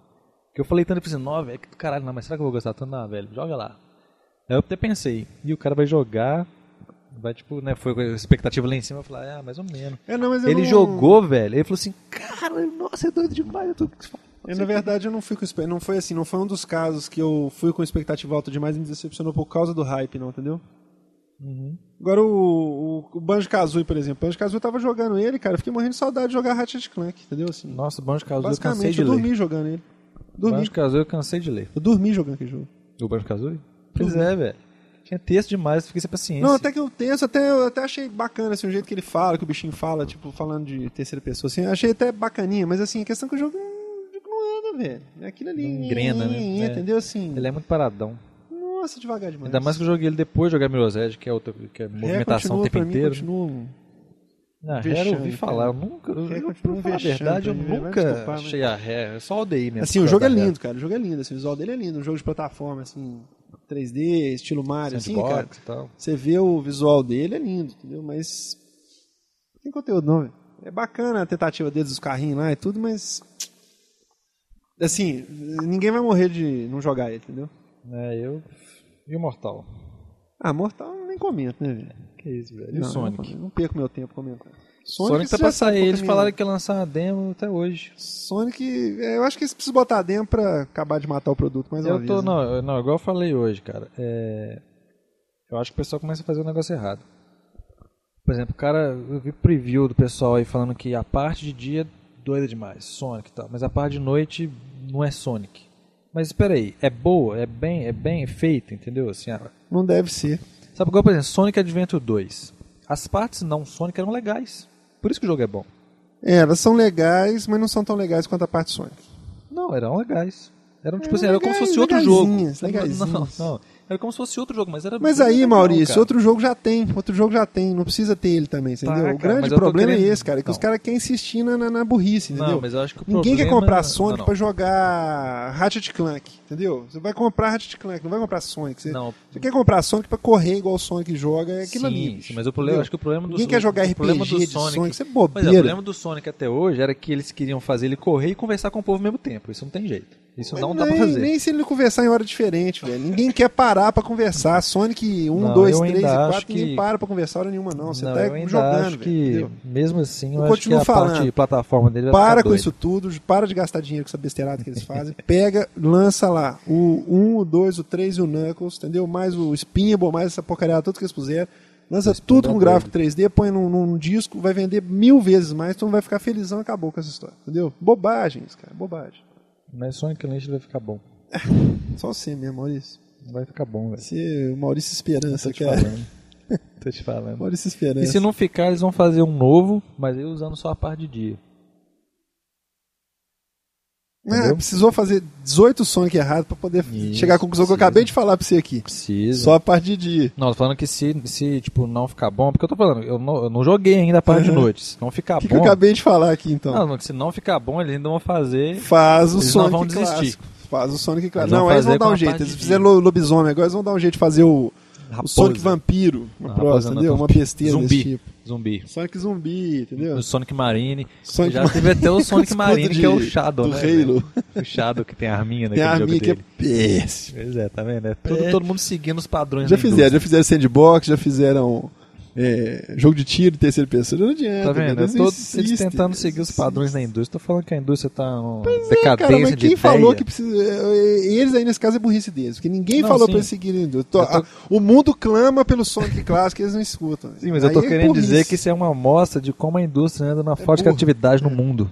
B: Que eu falei tanto, eu falei assim, não, velho, que do caralho, não, mas será que eu vou gostar tanto? Não, velho, joga lá. Aí eu até pensei, e o cara vai jogar, vai tipo, né, foi com a expectativa lá em cima, eu falei, ah, mais ou menos.
A: É, não, mas eu
B: Ele
A: não-
B: jogou, velho, ele falou assim, cara, nossa, é doido demais, eu tô...
A: Eu, na verdade, eu não fui com expectativa. Não foi assim, não foi um dos casos que eu fui com expectativa alta demais e me decepcionou por causa do hype, não, entendeu?
B: Uhum.
A: Agora o, o, o Banjo Kazooie, por exemplo. O Banjo Kazooie eu tava jogando ele, cara. Eu fifiquei morrendo de saudade de jogar Ratchet Clank, entendeu? Assim,
B: Nossa, Banjo Kazooie eu cansei
A: basicamente,
B: de
A: eu
B: ler.
A: dormi jogando ele. Dormi.
B: Banjo Kazooie eu cansei de ler.
A: Eu dormi jogando aquele jogo.
B: O Banjo Kazooie? Pois é, velho. Tinha texto demais, fiquei sem paciência.
A: Não, até que eu tenso, até, eu até achei bacana assim, o jeito que ele fala, que o bichinho fala, tipo, falando de terceira pessoa, assim, achei até bacaninha, mas assim, a questão é que o jogo, hum, o jogo não anda, velho. É aquilo ali.
B: Não engrena, né?
A: é, Entendeu? Assim.
B: Ele é muito paradão.
A: Nossa, devagar demais.
B: Ainda mais que eu joguei ele depois de jogar Mirror's Edge, que é, outra, que é movimentação
A: continua,
B: o tempo
A: pra mim,
B: inteiro.
A: Continua... um-
B: Na Ré
A: Vexame,
B: eu ouvi
A: cara.
B: falar, eu nunca. Eu,
A: Ré
B: eu, pra
A: continua um
B: falar a
A: vexame
B: verdade, eu
A: pra mim, vai me
B: nunca
A: desculpar, mas-
B: achei a Ré, eu só odeio mesmo.
A: Assim, o
B: por
A: jogo é
B: causa da Ré.
A: lindo, cara. O jogo é lindo, assim, o visual dele é lindo. Um jogo de plataforma, assim, 3D, estilo Mario, assim,
B: Sandbox
A: cara.
B: e tal.
A: Você vê o visual dele, é lindo, entendeu? Mas. Não tem conteúdo, não, velho. É bacana a tentativa deles, dos carrinhos lá e tudo, mas. Assim, ninguém vai morrer de não jogar ele, entendeu?
B: É, eu. E o Mortal?
A: Ah, Mortal eu nem comento, né, velho?
B: Que isso, velho? E
A: Não,
B: o
A: eu
B: Sonic?
A: Não, não perco meu tempo comentando.
B: Sonic
A: você
B: tá
A: já
B: pra
A: sabe
B: sair,
A: qual
B: eles
A: caminho.
B: falaram que ia lançar a demo até hoje.
A: Sonic, é, eu acho que eles precisam botar dentro pra acabar de matar o produto mais uma
B: Eu tô,
A: vez. né?
B: não, eu- não, igual eu falei hoje, cara. é, eu acho que o pessoal começa a fazer um negócio errado. Por exemplo, o cara, eu vi preview do pessoal aí falando que a parte de dia é doida demais, Sonic e tal, mas a parte de noite não é Sonic. Mas espera aí, é boa, é bem, é bem feita, entendeu? Assim, a-
A: Não deve ser.
B: sabe igual, por exemplo, Sonic Adventure 2. As partes não Sonic eram legais. Por isso que o jogo é bom.
A: É, elas são legais, mas não são tão legais quanto a parte Sonic.
B: Não, eram legais. Eram tipo
A: Eram
B: assim, era como se
A: legais,
B: fosse outro jogo.
A: legaisinhas, legaisinhas.
B: Não, não. Era como se fosse outro jogo, mas era.
A: Mas
B: bem
A: aí,
B: legal,
A: Maurício,
B: cara.
A: outro jogo já tem, outro jogo já tem, não precisa ter ele também,
B: Tá,
A: entendeu? o
B: cara,
A: grande
B: mas eu tô
A: problema é
B: querendo-
A: esse, cara, que
B: Não.
A: os caras querem insistir na, na, na burrice, entendeu?
B: Não, mas eu acho que o
A: Ninguém quer
B: problema- é-
A: comprar
B: Não,
A: Sonic
B: não.
A: pra jogar Ratchet Clank, entendeu? Você vai comprar Ratchet Clank, não vai comprar Sonic. Você,
B: Não.
A: você quer comprar Sonic pra correr igual o Sonic joga, é aquilo
B: Sim,
A: ali.
B: sim,
A: bicho,
B: mas o problema,
A: entendeu?
B: acho que o problema do
A: Ninguém quer jogar
B: o problema
A: RPG
B: do
A: de Sonic, isso é bobeira.
B: Pois é, o problema do Sonic até hoje era que eles queriam fazer ele correr e conversar com o povo ao mesmo tempo. Isso não tem jeito. Isso
A: Mas
B: não
A: nem,
B: dá pra fazer.
A: Nem se ele conversar em hora diferente, velho. Ninguém quer parar pra conversar. Sonic 1,
B: Não,
A: 2,
B: eu
A: 3 e
B: ainda
A: 4,
B: acho
A: ninguém
B: que-
A: para pra conversar hora nenhuma, não. Você
B: não,
A: tá
B: eu ainda
A: jogando,
B: acho
A: velho,
B: que,
A: entendeu?
B: mesmo assim,
A: Eu
B: eu, acho que
A: continuo
B: a parte
A: falando.
B: de plataforma dele vai
A: Para
B: ficar
A: com
B: doida.
A: isso tudo, para de gastar dinheiro com essa besteirada que eles fazem. Pega, lança lá o 1, o 2, o 3 e o Knuckles, entendeu? Mais o Spinball, mais essa porcaria toda que eles puseram. Lança tudo com
B: é
A: gráfico 3D, põe num, num disco, vai vender mil vezes mais, então vai ficar felizão, acabou com essa história, entendeu? Bobagens, cara, bobagem.
B: Mas Sonic Unleashed vai ficar bom.
A: Só você mesmo, Maurício.
B: Vai ficar bom, velho.
A: Você, o Maurício Esperança,
B: Tô te
A: cara.
B: falando. Tô te falando.
A: Maurício Esperança.
B: E se não ficar, eles vão fazer um novo, mas aí usando só a parte de dia.
A: Ah,
B: Entendeu?
A: precisou fazer 18 Sonic errado pra poder
B: Isso,
A: chegar à conclusão que eu
B: precisa.
A: acabei de falar pra você aqui.
B: Precisa.
A: Só a partir de.
B: Não, tô falando que se, se tipo, não ficar bom, porque eu tô falando, eu não, eu não joguei ainda a parte de
A: Uhum.
B: noite. Se não ficar
A: O que, que
B: Tá bom.
A: eu acabei de falar aqui então?
B: Não, não, se não ficar bom, eles ainda vão fazer.
A: Faz o
B: Eles não
A: Sonic
B: vão
A: clássico.
B: desistir.
A: Faz o Sonic clássico.
B: Eles vão
A: não, eles vão
B: fazer
A: dar
B: com
A: um
B: a
A: jeito.
B: parte
A: Eles
B: de-
A: fizeram lo- lobisomem, agora eles vão dar um jeito de fazer o, o
B: Raposa.
A: Sonic vampiro.
B: Não,
A: Uma
B: raposa
A: próxima,
B: não,
A: entendeu?
B: tô-
A: Uma besteira
B: Zumbi.
A: desse tipo.
B: Zumbi.
A: Sonic zumbi, entendeu?
B: O Sonic Marine.
A: Sonic
B: Já
A: Mar-
B: teve até o Sonic
A: escudo
B: Marine,
A: de-
B: que é o Shadow,
A: do
B: né?
A: Halo.
B: velho? O Shadow que tem a arminha
A: Tem
B: naquele
A: a
B: jogo
A: arminha que é
B: dele.
A: péssima.
B: Pois é, tá vendo? É tudo,
A: É.
B: Todo mundo seguindo os padrões
A: Já
B: da
A: fizeram,
B: indústria.
A: já fizeram sandbox, já fizeram é, jogo de tiro, terceira pessoa. Não adianta.
B: Tá vendo?
A: cara,
B: É todos eles
A: insistem,
B: tentando seguir os
A: insistem.
B: padrões da indústria. Tô falando que a indústria tá numa
A: É,
B: decadência
A: cara, mas
B: de
A: quem falou
B: ideia.
A: que precisa. eh, Eles aí nesse caso é burrice deles, porque ninguém
B: Não,
A: falou
B: sim.
A: pra eles seguirem. Eu tô-
B: Eu tô-
A: ah, o mundo clama pelo Sonic clássico e eles não escutam.
B: Sim, mas eu tô
A: Aí é
B: querendo
A: burrice. É
B: dizer que isso é uma amostra de como a indústria anda na forte
A: burro.
B: criatividade no mundo.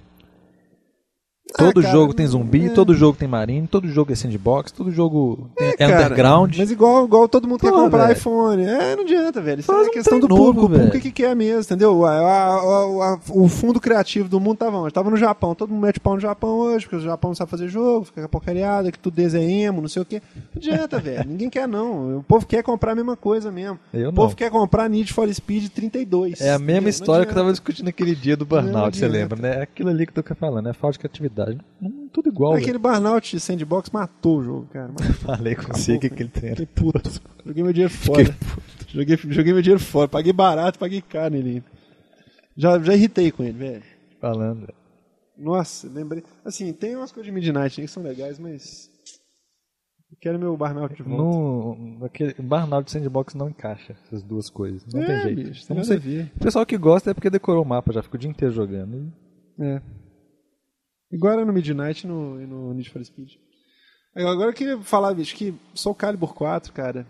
A: Ah,
B: Todo
A: cara,
B: jogo tem zumbi,
A: é.
B: todo jogo tem marine, todo jogo é sandbox, todo jogo tem- é,
A: cara,
B: underground.
A: Mas igual, igual todo mundo quer
B: Porra,
A: comprar
B: velho.
A: iPhone. É, não adianta, velho. Isso
B: Faz
A: é
B: um
A: questão do
B: trem novo,
A: público. O público é
B: velho.
A: que quer mesmo, entendeu? A- a- a- a- o fundo criativo do mundo tava onde? Tava no Japão. Todo mundo mete pau no Japão hoje, porque o Japão não sabe fazer jogo, fica porcariada, que tudo desenhemos, não sei o quê. Não adianta, velho. Ninguém quer, não. O povo quer comprar a mesma coisa mesmo.
B: Eu
A: o povo
B: não.
A: quer comprar Need for Speed 32.
B: É a mesma
A: entendeu? Não
B: história que eu
A: adianta.
B: tava discutindo aquele dia do burnout, você
A: adianta.
B: lembra, né? É Aquilo ali que eu tô falando, é falta de criatividade. Hum, tudo igual, velho.
A: Aquele burnout sandbox matou o jogo, cara. Mas
B: Falei com você que tá aquele trem era
A: Fiquei puto. Joguei meu dinheiro fora. Joguei, joguei meu dinheiro fora. Paguei barato, paguei caro nele. ainda. Já, já irritei com ele, velho.
B: falando. velho.
A: Nossa, lembrei. Assim, tem umas coisas de Midnight aí que são legais, mas. Eu quero meu burnout de volta.
B: No, aquele, burnout e sandbox não encaixa essas duas coisas. Não
A: É,
B: tem jeito.
A: bicho,
B: Então,
A: tem
B: não sei.
A: nada a ver.
B: O pessoal que gosta é porque decorou o mapa, já fica o dia inteiro jogando. E
A: É. Igual era no Midnight e no, e no Need for Speed. Agora eu queria falar, bicho, que Soul Calibur 4, cara.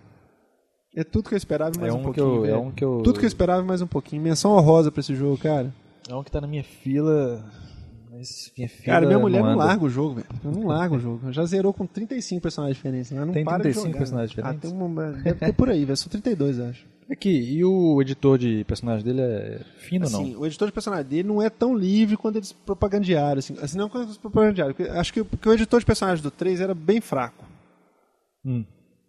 A: É tudo que eu esperava e mais
B: É
A: um,
B: um que
A: pouquinho.
B: eu- é
A: velho.
B: um que eu-
A: Tudo que eu esperava e mais um pouquinho. Menção honrosa pra esse jogo, cara.
B: É um que tá na minha fila. Mas minha fila.
A: Cara, minha mulher não,
B: anda.
A: larga o jogo, velho. Eu não largo o jogo. Já zerou com 35 personagens diferentes. Né? Não
B: Tem
A: para
B: 35
A: de jogar,
B: personagens
A: né? Ah,
B: diferentes?
A: tem uma- deve ter por aí, velho. São 32, eu acho.
B: Aqui, É e o editor de personagem dele é fino ou
A: Assim,
B: não?
A: o editor de personagem dele não é tão livre quanto eles propagandearam. Assim, assim não quanto eles propagandearam. porque Acho que, porque o editor de personagem do 3 era bem fraco.
B: Hum,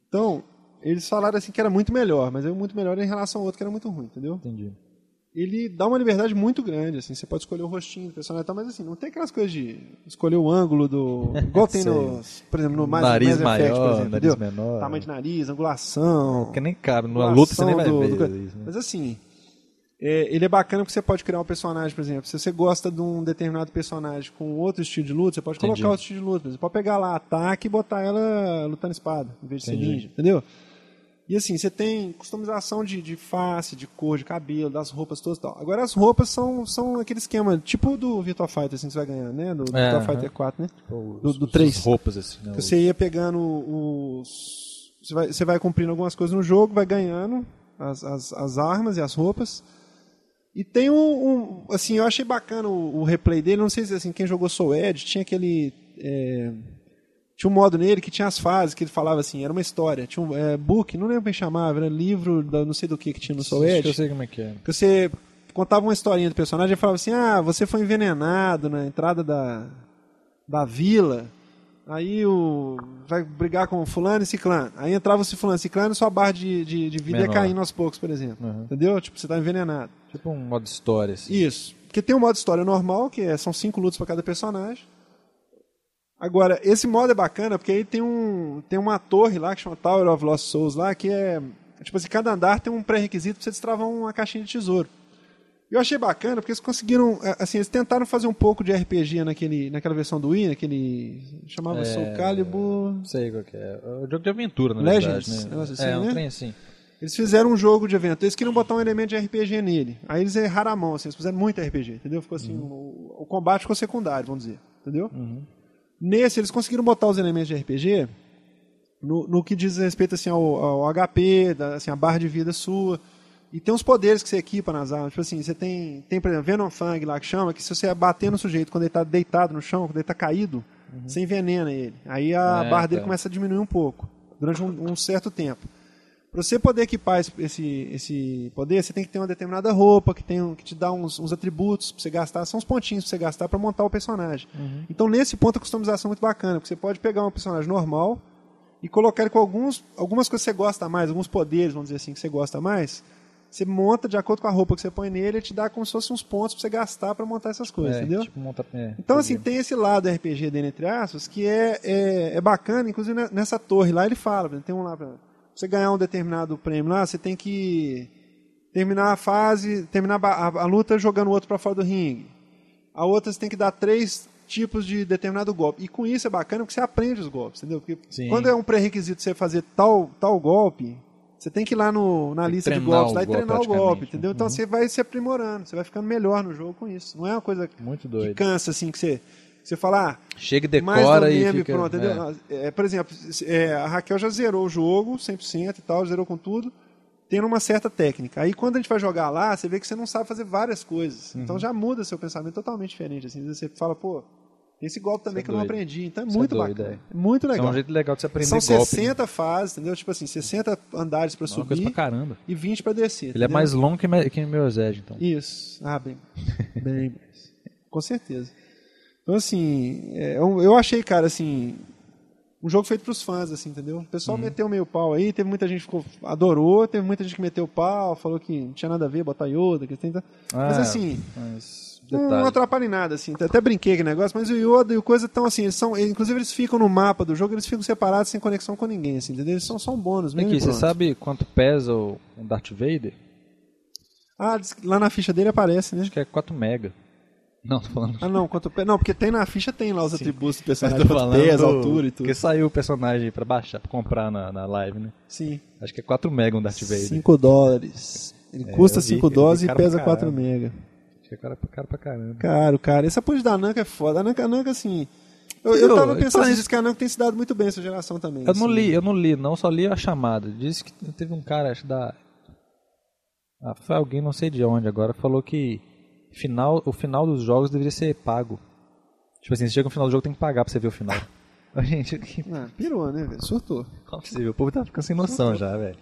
A: Então, eles falaram assim que era muito melhor, mas é muito melhor em relação ao outro que era muito ruim, entendeu?
B: entendi.
A: ele dá uma liberdade muito grande, assim, você pode escolher o rostinho do personagem e tal, mas assim, não tem aquelas coisas de escolher o ângulo do. Igual tem
B: Sei.
A: nos, por exemplo, no Mass,
B: Um Nariz
A: Mass Effect,
B: maior,
A: por exemplo,
B: nariz
A: entendeu?
B: menor.
A: Tamanho de nariz, angulação.
B: Porque nem cabe, numa
A: angulação
B: luta você nem vai
A: do-
B: ver.
A: do coisa.
B: isso, né?
A: Mas assim, é, ele é bacana porque você pode criar um personagem, por exemplo. Se você gosta de um determinado personagem com outro estilo de luta, você pode
B: Entendi.
A: colocar outro estilo de luta. por exemplo. Você pode pegar lá ataque e botar ela lutando espada, em vez de ser
B: Entendi.
A: ninja, entendeu? E assim, você tem customização de, de face, de cor, de cabelo, das roupas todas e tal. Agora as roupas são, são aquele esquema, tipo do Virtua Fighter, assim, que você vai ganhar, né? Do, do
B: É,
A: Virtua
B: aham.
A: Fighter 4, né?
B: Ou
A: do-
B: os-
A: do
B: os-
A: três.
B: as roupas, assim. Né?
A: Que Você ia pegando os. Você vai, você vai cumprindo algumas coisas no jogo, vai ganhando as, as, as armas e as roupas. E tem um. um- assim, eu achei bacana o, o replay dele. Não sei se assim, quem jogou Soul Edge tinha aquele. é, tinha um modo nele que tinha as fases que ele falava assim, era uma história. Tinha um é, book, não lembro quem chamava, era livro da, não sei do que que tinha no Soul
B: Acho que
A: Edge
B: eu sei como é que é.
A: que você contava uma historinha do personagem e falava assim: ah, você foi envenenado na entrada da, da vila Aí o. Vai brigar com fulano e ciclano. Aí entrava o fulano e ciclano e sua barra de, de, de vida
B: Menor.
A: ia caindo aos poucos, por exemplo.
B: Uhum.
A: Entendeu? Tipo, você tá envenenado.
B: Tipo um modo história, assim.
A: Isso. Porque tem um modo história normal, que é- são cinco lutas pra cada personagem. Agora, esse modo é bacana porque aí tem, um, tem uma torre lá que chama Tower of Lost Souls lá, que é. Tipo assim, cada andar tem um pré-requisito pra você destravar uma caixinha de tesouro. E eu achei bacana porque eles conseguiram. a- Assim, eles tentaram fazer um pouco de RPG naquele, naquela versão do Wii, naquele. Chamava Soul Calibur.
B: Não sei qual que é. É um jogo de aventura, na
A: Legends,
B: verdade. Né?
A: negócio assim,
B: é, um
A: né?
B: trem assim.
A: Eles fizeram um jogo de evento, eles queriam botar um elemento de RPG nele. Aí eles erraram a mão, assim, eles fizeram muito RPG, entendeu? Ficou assim,
B: Uhum.
A: o, o combate ficou secundário, vamos dizer, entendeu? Nesse, eles conseguiram botar os elementos de RPG no, no que diz respeito assim, ao, ao HP, da, assim, a barra de vida sua. E tem uns poderes que você equipa nas armas. Tipo assim, você tem, tem por exemplo, Venom Fang lá que chama, que se você bater no sujeito quando ele tá deitado no chão, quando ele tá caído, você envenena ele. Aí a
B: Uhum. É,
A: barra dele
B: tá.
A: começa a diminuir um pouco, durante um, um certo tempo. Pra você poder equipar esse, esse, esse poder, você tem que ter uma determinada roupa, que, tem, um- que te dá uns, uns atributos pra você gastar, são uns pontinhos pra você gastar pra montar o personagem. Então, nesse ponto, a customização é muito bacana, porque você pode pegar um personagem normal e colocar ele com alguns, algumas coisas que você gosta mais, alguns poderes, vamos dizer assim, que você gosta mais. Você monta de acordo com a roupa que você põe nele, ele te dá como se fosse uns pontos pra você gastar pra montar essas coisas,
B: é,
A: entendeu?
B: Tipo, monta... é,
A: Então, assim, tem esse lado RPG dele, entre aspas, que é, é, é bacana, inclusive ne- nessa torre lá ele fala, né, tem um lá pra pra você ganhar um determinado prêmio lá, você tem que terminar a fase, terminar a, ba- a- a luta jogando o outro pra fora do ringue. A outra você tem que dar três tipos de determinado golpe. E com isso é bacana porque você aprende os golpes, entendeu? Porque
B: Sim.
A: quando é um pré-requisito você fazer tal, tal golpe, você tem que ir lá no, na
B: Tem que
A: lista de
B: treinar
A: golpes
B: o
A: lá e
B: golpe
A: treinar o
B: praticamente,
A: golpe,
B: né?
A: entendeu? Então você vai se aprimorando, você vai ficando melhor no jogo com isso. Não é uma coisa
B: Muito
A: que
B: doido.
A: cansa, assim, que você, que você fala, ah,
B: Chega e
A: mais do
B: decora e
A: meme,
B: fica...
A: pronto, entendeu?
B: é.
A: É, por exemplo, é, a Raquel já zerou o jogo 100% e tal, zerou com tudo, tendo uma certa técnica. Aí quando a gente vai jogar lá, você vê que você não sabe fazer várias coisas.
B: Uhum.
A: Então já muda seu pensamento totalmente diferente, assim. Às vezes Você fala, pô, tem esse golpe também
B: é
A: que eu não
B: doido.
A: aprendi. Então é
B: Isso é
A: muito
B: doido,
A: bacana. Muito
B: Isso é
A: legal.
B: um jeito legal de você aprender
A: São
B: golpe.
A: 60 fases, entendeu? Tipo assim, 60 andares pra
B: É uma coisa pra
A: subir
B: caramba.
A: e 20 pra descer.
B: Ele é
A: entendeu?
B: mais longo que, me- que o meu Zed, então.
A: Isso. Ah, bem. bem mais. Com certeza. Então, assim, é, eu, eu achei, cara, assim, um jogo feito pros fãs, assim, entendeu? O
B: Uhum.
A: pessoal meteu meio pau aí, teve muita gente que ficou, adorou, teve muita gente que meteu pau, falou que não tinha nada a ver botar Yoda, que tem... mas,
B: Ah,
A: assim,
B: Mas,
A: não,
B: detalhe.
A: atrapalha em nada, assim. Até brinquei com o negócio, mas o Yoda e o coisa estão assim, eles são, inclusive eles ficam no mapa do jogo, eles ficam separados, sem conexão com ninguém, assim, entendeu? Eles são só um bônus mesmo.
B: Aqui,
A: e
B: É você
A: pronto.
B: sabe quanto pesa o um Darth Vader?
A: Ah, diz que lá na ficha dele aparece, né?
B: Acho que é 4 mega. Não, tô falando...
A: Ah, não, quanto pe- Não, porque tem na ficha, tem lá os atributos do
B: Mas
A: personagem,
B: tô
A: quanto
B: falando
A: pesa,
B: do-
A: altura e tudo.
B: Porque saiu o personagem pra baixar, pra comprar na, na live, né?
A: Sim.
B: Acho que é 4 mega um Darth Vader.
A: 5 dólares. Ele
B: É,
A: custa
B: eu vi,
A: 5
B: eu vi,
A: dólares e
B: cara pra
A: pesa
B: caralho.
A: 4 mega.
B: Acho que é cara, cara pra caramba.
A: Caro, cara. Essa ponte da Nanca é foda. A Nanca, a Nanca assim... Eu, eu
B: Eu-
A: tava pensando
B: eu-
A: nisso, que a Nanca tem se dado muito bem essa geração também.
B: então Eu não
A: assim.
B: li, eu não li, não, só li a chamada. Disse que teve um cara, acho da. Ah, foi alguém, não sei de onde agora, falou que final, o final dos jogos deveria ser pago. Tipo assim, você chega no final do jogo tem que pagar pra você ver o final. Ô, Gente, que-
A: Ah, pirou, né, velho? Surtou.
B: como é possível? O povo tá ficando sem noção já, velho.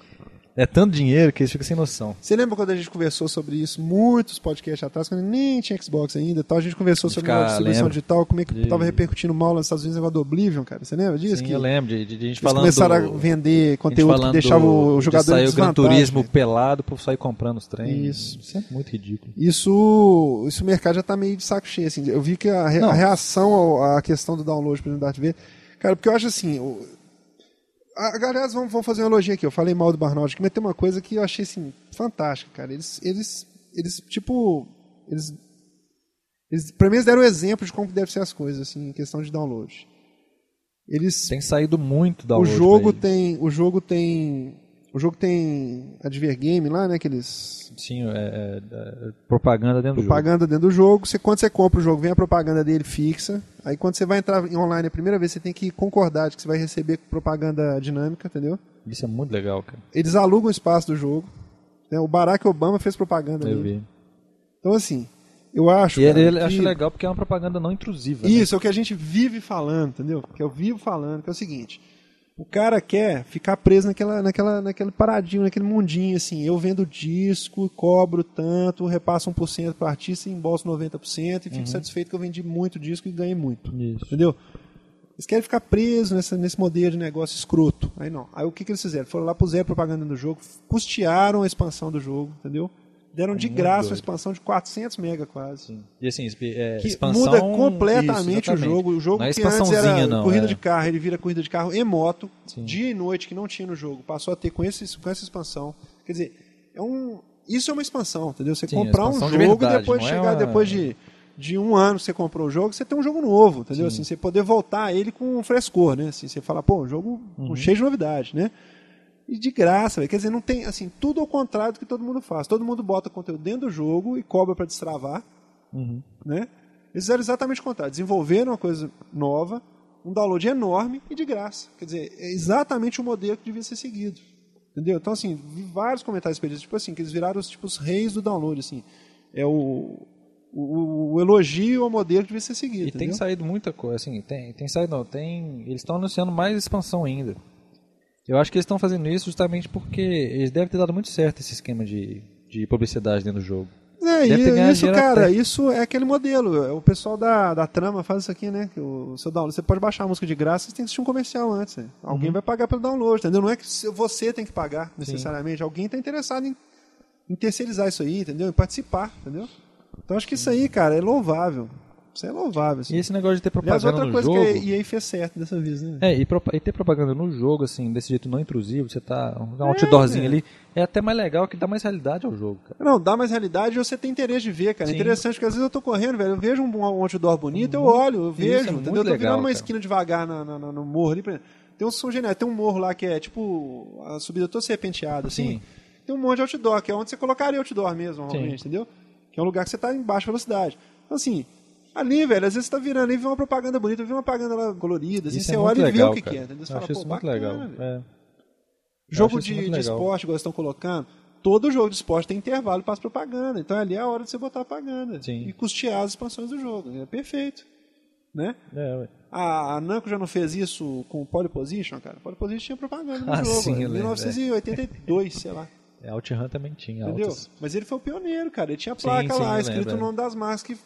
B: É tanto dinheiro que eles ficam sem noção.
A: Você lembra quando a gente conversou sobre isso muitos podcasts atrás, quando nem tinha Xbox ainda e tal, a gente conversou
B: De
A: sobre
B: ficar-
A: a distribuição
B: lembro.
A: digital, como é que
B: De-
A: tava repercutindo mal lá nos Estados Unidos o negócio do Oblivion, cara. Você lembra disso?
B: Sim,
A: que
B: eu lembro de, de, de gente
A: eles
B: falando.
A: começaram a vender conteúdo que deixava o jogador em
B: Saiu o Gran
A: desvantagem,
B: Turismo
A: né?
B: pelado, o povo sair comprando os trens.
A: Isso.
B: Isso é muito ridículo.
A: Isso, isso o mercado já tá meio de saco cheio, assim. Eu vi que a, re-
B: Não.
A: a reação ao- à questão do download por exemplo, da Darth Vader... Cara, porque eu acho assim... O, a, a- aliás, vamos, vamos fazer uma elogio aqui. Eu falei mal do Barnard aqui, mas tem uma coisa que eu achei, assim, fantástica, cara. Eles, eles, eles tipo... Eles, eles, pra mim, eles deram exemplo de como que deve ser as coisas, assim, em questão de download. Eles
B: Tem saído muito da
A: o jogo tem o jogo tem o jogo tem advergame lá né aqueles
B: Sim, é, é, é, propaganda dentro
A: propaganda dentro do jogo você quando você compra o jogo vem a propaganda dele fixa aí quando você vai entrar em online a primeira vez você tem que concordar de que você vai receber propaganda dinâmica entendeu
B: do jogo. Isso é muito legal, cara.
A: eles alugam o espaço do jogo né? o Barack Obama fez propaganda
B: Eu
A: dele.
B: vi.
A: então assim eu acho
B: E ele,
A: cara,
B: ele
A: que-
B: acho legal porque é uma propaganda não intrusiva. né?
A: Isso, é o que a gente vive falando, entendeu? Que eu vivo falando, que é o seguinte. O cara quer ficar preso naquela, naquela, naquele paradinho, naquele mundinho, assim, eu vendo disco, cobro tanto, repasso 1% para artista, embolso 90% e fico satisfeito que eu vendi muito disco e ganhei muito.
B: Isso.
A: Entendeu? Eles querem ficar presos nessa, nesse modelo de negócio escroto. Aí não. Aí o que, que eles fizeram? Foram lá, puseram propaganda no jogo, custearam a expansão do jogo, entendeu? Deram de
B: muito
A: graça uma
B: doido.
A: expansão de 400 mega quase.
B: E assim, espe- é,
A: que
B: expansão...
A: muda completamente
B: Isso,
A: o
B: exatamente.
A: jogo. O jogo
B: não é
A: que antes era
B: expansãozinha, não,
A: corrida
B: é.
A: de carro, ele vira corrida de carro e moto,
B: Sim.
A: dia e noite, que não tinha no jogo. Passou a ter com, esse, com essa expansão. Quer dizer, é um, isso é uma expansão, entendeu? Você
B: Sim,
A: comprar um
B: expansão
A: jogo
B: de
A: e
B: verdade,
A: depois
B: não é
A: chegar,
B: uma-
A: depois de, de um ano que você comprou o jogo, você tem um jogo novo, entendeu? Assim, você poder voltar a ele com frescor, né? Assim, você fala, pô, um jogo
B: Uhum.
A: cheio de novidade, né? E de graça, velho. Quer dizer, não tem, assim, tudo ao contrário do que todo mundo faz. Todo mundo bota conteúdo dentro do jogo e cobra pra destravar
B: Uhum.
A: né? Eles fizeram exatamente o contrário, desenvolveram uma coisa nova, um download enorme e de graça. Quer dizer, é exatamente o modelo que devia ser seguido. Entendeu? Então, assim, vi vários comentários perdidos, tipo assim, que eles viraram os, tipo, os reis do download, assim. É o, o, o elogio ao modelo que devia ser seguido.
B: E tem
A: entendeu?
B: saído muita coisa, assim, tem, tem saído não, tem... Eles estão anunciando mais expansão ainda. Eu acho que eles estão fazendo isso justamente porque eles devem ter dado muito certo esse esquema de, de publicidade dentro do jogo.
A: É,
B: Deve ter
A: e
B: ganhado
A: isso,
B: dinheiro
A: cara,
B: até.
A: isso é aquele modelo. É O pessoal da, da trama faz isso aqui, né? Que o seu download, você pode baixar a música de graça, você tem que assistir um comercial antes. né? Alguém
B: Uhum.
A: vai pagar pelo download, entendeu? Não é que se- você tem que pagar necessariamente. Alguém está interessado em, em terceirizar isso aí, entendeu? Em participar, entendeu? Então acho que isso aí, cara, é louvável. Isso é louvável. Assim.
B: Uhum. E esse negócio de ter
A: Aliás, outra
B: propaganda no
A: coisa
B: jogo...
A: que é a EA fez certo dessa vez, né?
B: É, e, propa- e ter propaganda no jogo, assim, desse jeito não intrusivo, você tá. Um outdoorzinho ali, é até mais legal que dá mais realidade ao jogo, cara.
A: Não, dá mais realidade e você tem interesse de ver, cara. É
B: Sim.
A: interessante, porque às vezes eu tô correndo, velho. Eu vejo um um outdoor bonito, eu olho, eu
B: Isso é
A: vejo,
B: muito
A: entendeu? Eu tô
B: legal,
A: virando uma
B: cara.
A: esquina devagar na, na- na- no morro ali. por exemplo. Tem um som genial, tem um morro lá que é tipo a subida toda serpenteada, assim.
B: Sim.
A: Tem um monte de outdoor, que é onde você colocaria outdoor mesmo, normalmente, entendeu? Que é um lugar que você tá em baixa velocidade. Então, assim, ali, velho, às vezes você tá virando ali, vê uma propaganda bonita, vê uma propaganda lá colorida, assim,
B: Isso
A: você
B: é
A: olha
B: muito
A: e vê
B: legal,
A: o que,
B: cara.
A: que é, entendeu? Você
B: Eu
A: fala,
B: acho
A: pô,
B: isso muito
A: bacana,
B: legal.
A: velho.
B: É. Eu
A: Jogo
B: acho isso
A: de,
B: muito
A: de
B: legal.
A: esporte, igual eles estão colocando, todo jogo de esporte tem intervalo para as propaganda. Então ali é a hora de você botar a propaganda.
B: Sim.
A: E custear as expansões do jogo. É perfeito. Né?
B: É, ué.
A: A, a Namco já não fez isso com o Pole Position, cara. Pole Position tinha propaganda no
B: Ah,
A: jogo.
B: sim,
A: né?
B: eu lembro,
A: 1982, sei lá.
B: É, OutRun também tinha.
A: Entendeu?
B: Altas.
A: Mas ele foi o pioneiro, cara. Ele tinha a
B: Sim,
A: placa
B: sim, eu
A: lá,
B: lembro,
A: escrito o
B: é.
A: nome das marcas que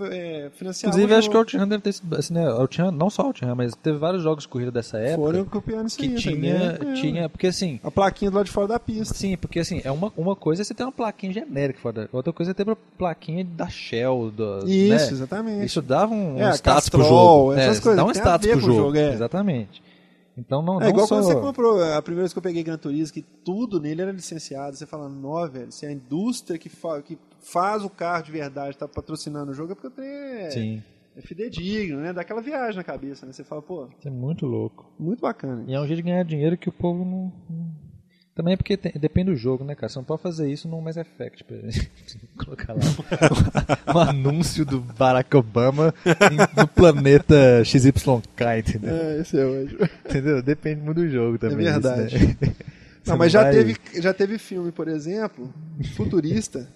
A: é, financiavam.
B: Inclusive,
A: o
B: acho que o
A: jogo.
B: OutRun deve ter sido. Assim, né, OutRun, não só OutRun, mas teve vários jogos de corrida dessa época
A: Foram copiando isso
B: que
A: aí,
B: tinha.
A: entendeu? É.
B: tinha porque assim.
A: A plaquinha do lado de fora da pista.
B: Sim, porque assim, é uma, uma coisa é você ter uma plaquinha genérica, fora da- outra coisa é ter uma plaquinha da Shell, do,
A: Isso,
B: né?
A: exatamente.
B: Isso dava um,
A: É,
B: um status pro
A: Castrol,
B: jogo.
A: essas
B: é,
A: coisas,
B: Dá um
A: tem a
B: status
A: ver
B: pro
A: com o
B: jogo.
A: jogo, é.
B: Exatamente. Então não,
A: É
B: não
A: igual
B: só...
A: quando você comprou, a primeira vez que eu peguei Gran Turismo, que tudo nele era licenciado. Você fala, nó, velho, se a indústria que, fa- que faz o carro de verdade tá patrocinando o jogo, é porque o trem é,
B: Sim,
A: é fidedigno, né? Dá aquela viagem na cabeça, né? Você fala, pô,
B: isso é muito louco.
A: muito bacana.
B: E é um jeito de ganhar dinheiro que o povo não... não- Também é porque tem- depende do jogo, né, cara? Você não pode fazer isso no Mass Effect, por exemplo. Colocar lá um, um anúncio do Barack Obama em- no planeta XYK, entendeu?
A: É, esse é hoje.
B: Entendeu? Depende muito do jogo também. isso,
A: verdade.
B: né? Você
A: Não, mas já
B: vai-
A: teve, já teve filme, por exemplo, futurista,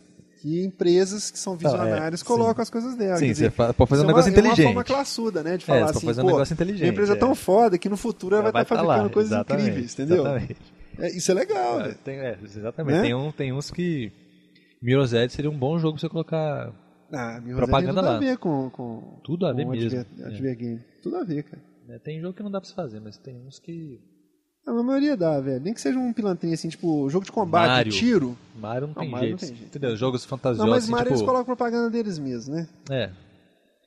A: que empresas que são visionárias
B: é, sim.
A: colocam as coisas dela.
B: Sim,
A: quer dizer,
B: você fa- pode fazer
A: isso
B: um
A: é uma, É
B: negócio
A: uma
B: inteligente.
A: forma classuda, né? De
B: É,
A: falar
B: você pode
A: assim,
B: fazer um
A: pô,
B: negócio
A: Uma
B: inteligente,
A: empresa
B: é.
A: tão foda que no futuro ela, vai estar
B: tá lá,
A: fabricando coisas
B: exatamente,
A: incríveis, entendeu?
B: Exatamente.
A: É, isso é legal,
B: É,
A: velho.
B: tem, é, exatamente.
A: Né?
B: Tem, um, tem uns que. Mirror's Edge seria um bom jogo pra você colocar
A: Ah, meu
B: Propaganda
A: Tudo a
B: lá.
A: ver com. com
B: tudo a ver
A: com
B: mesmo.
A: Adver, Adver Game. Tudo a ver, cara.
B: É, né? Tem jogo que não dá pra se fazer, mas tem uns que.
A: Ah, mas A maioria dá, velho. Nem que seja um pilantrinho assim, tipo, jogo de combate,
B: Mario.
A: tiro.
B: Mario não, tem,
A: Mario não
B: jeito,
A: tem jeito.
B: Entendeu? Jogos fantasiosos.
A: Não, mas
B: assim,
A: Mario eles
B: tipo,
A: colocam propaganda deles mesmos, né?
B: É.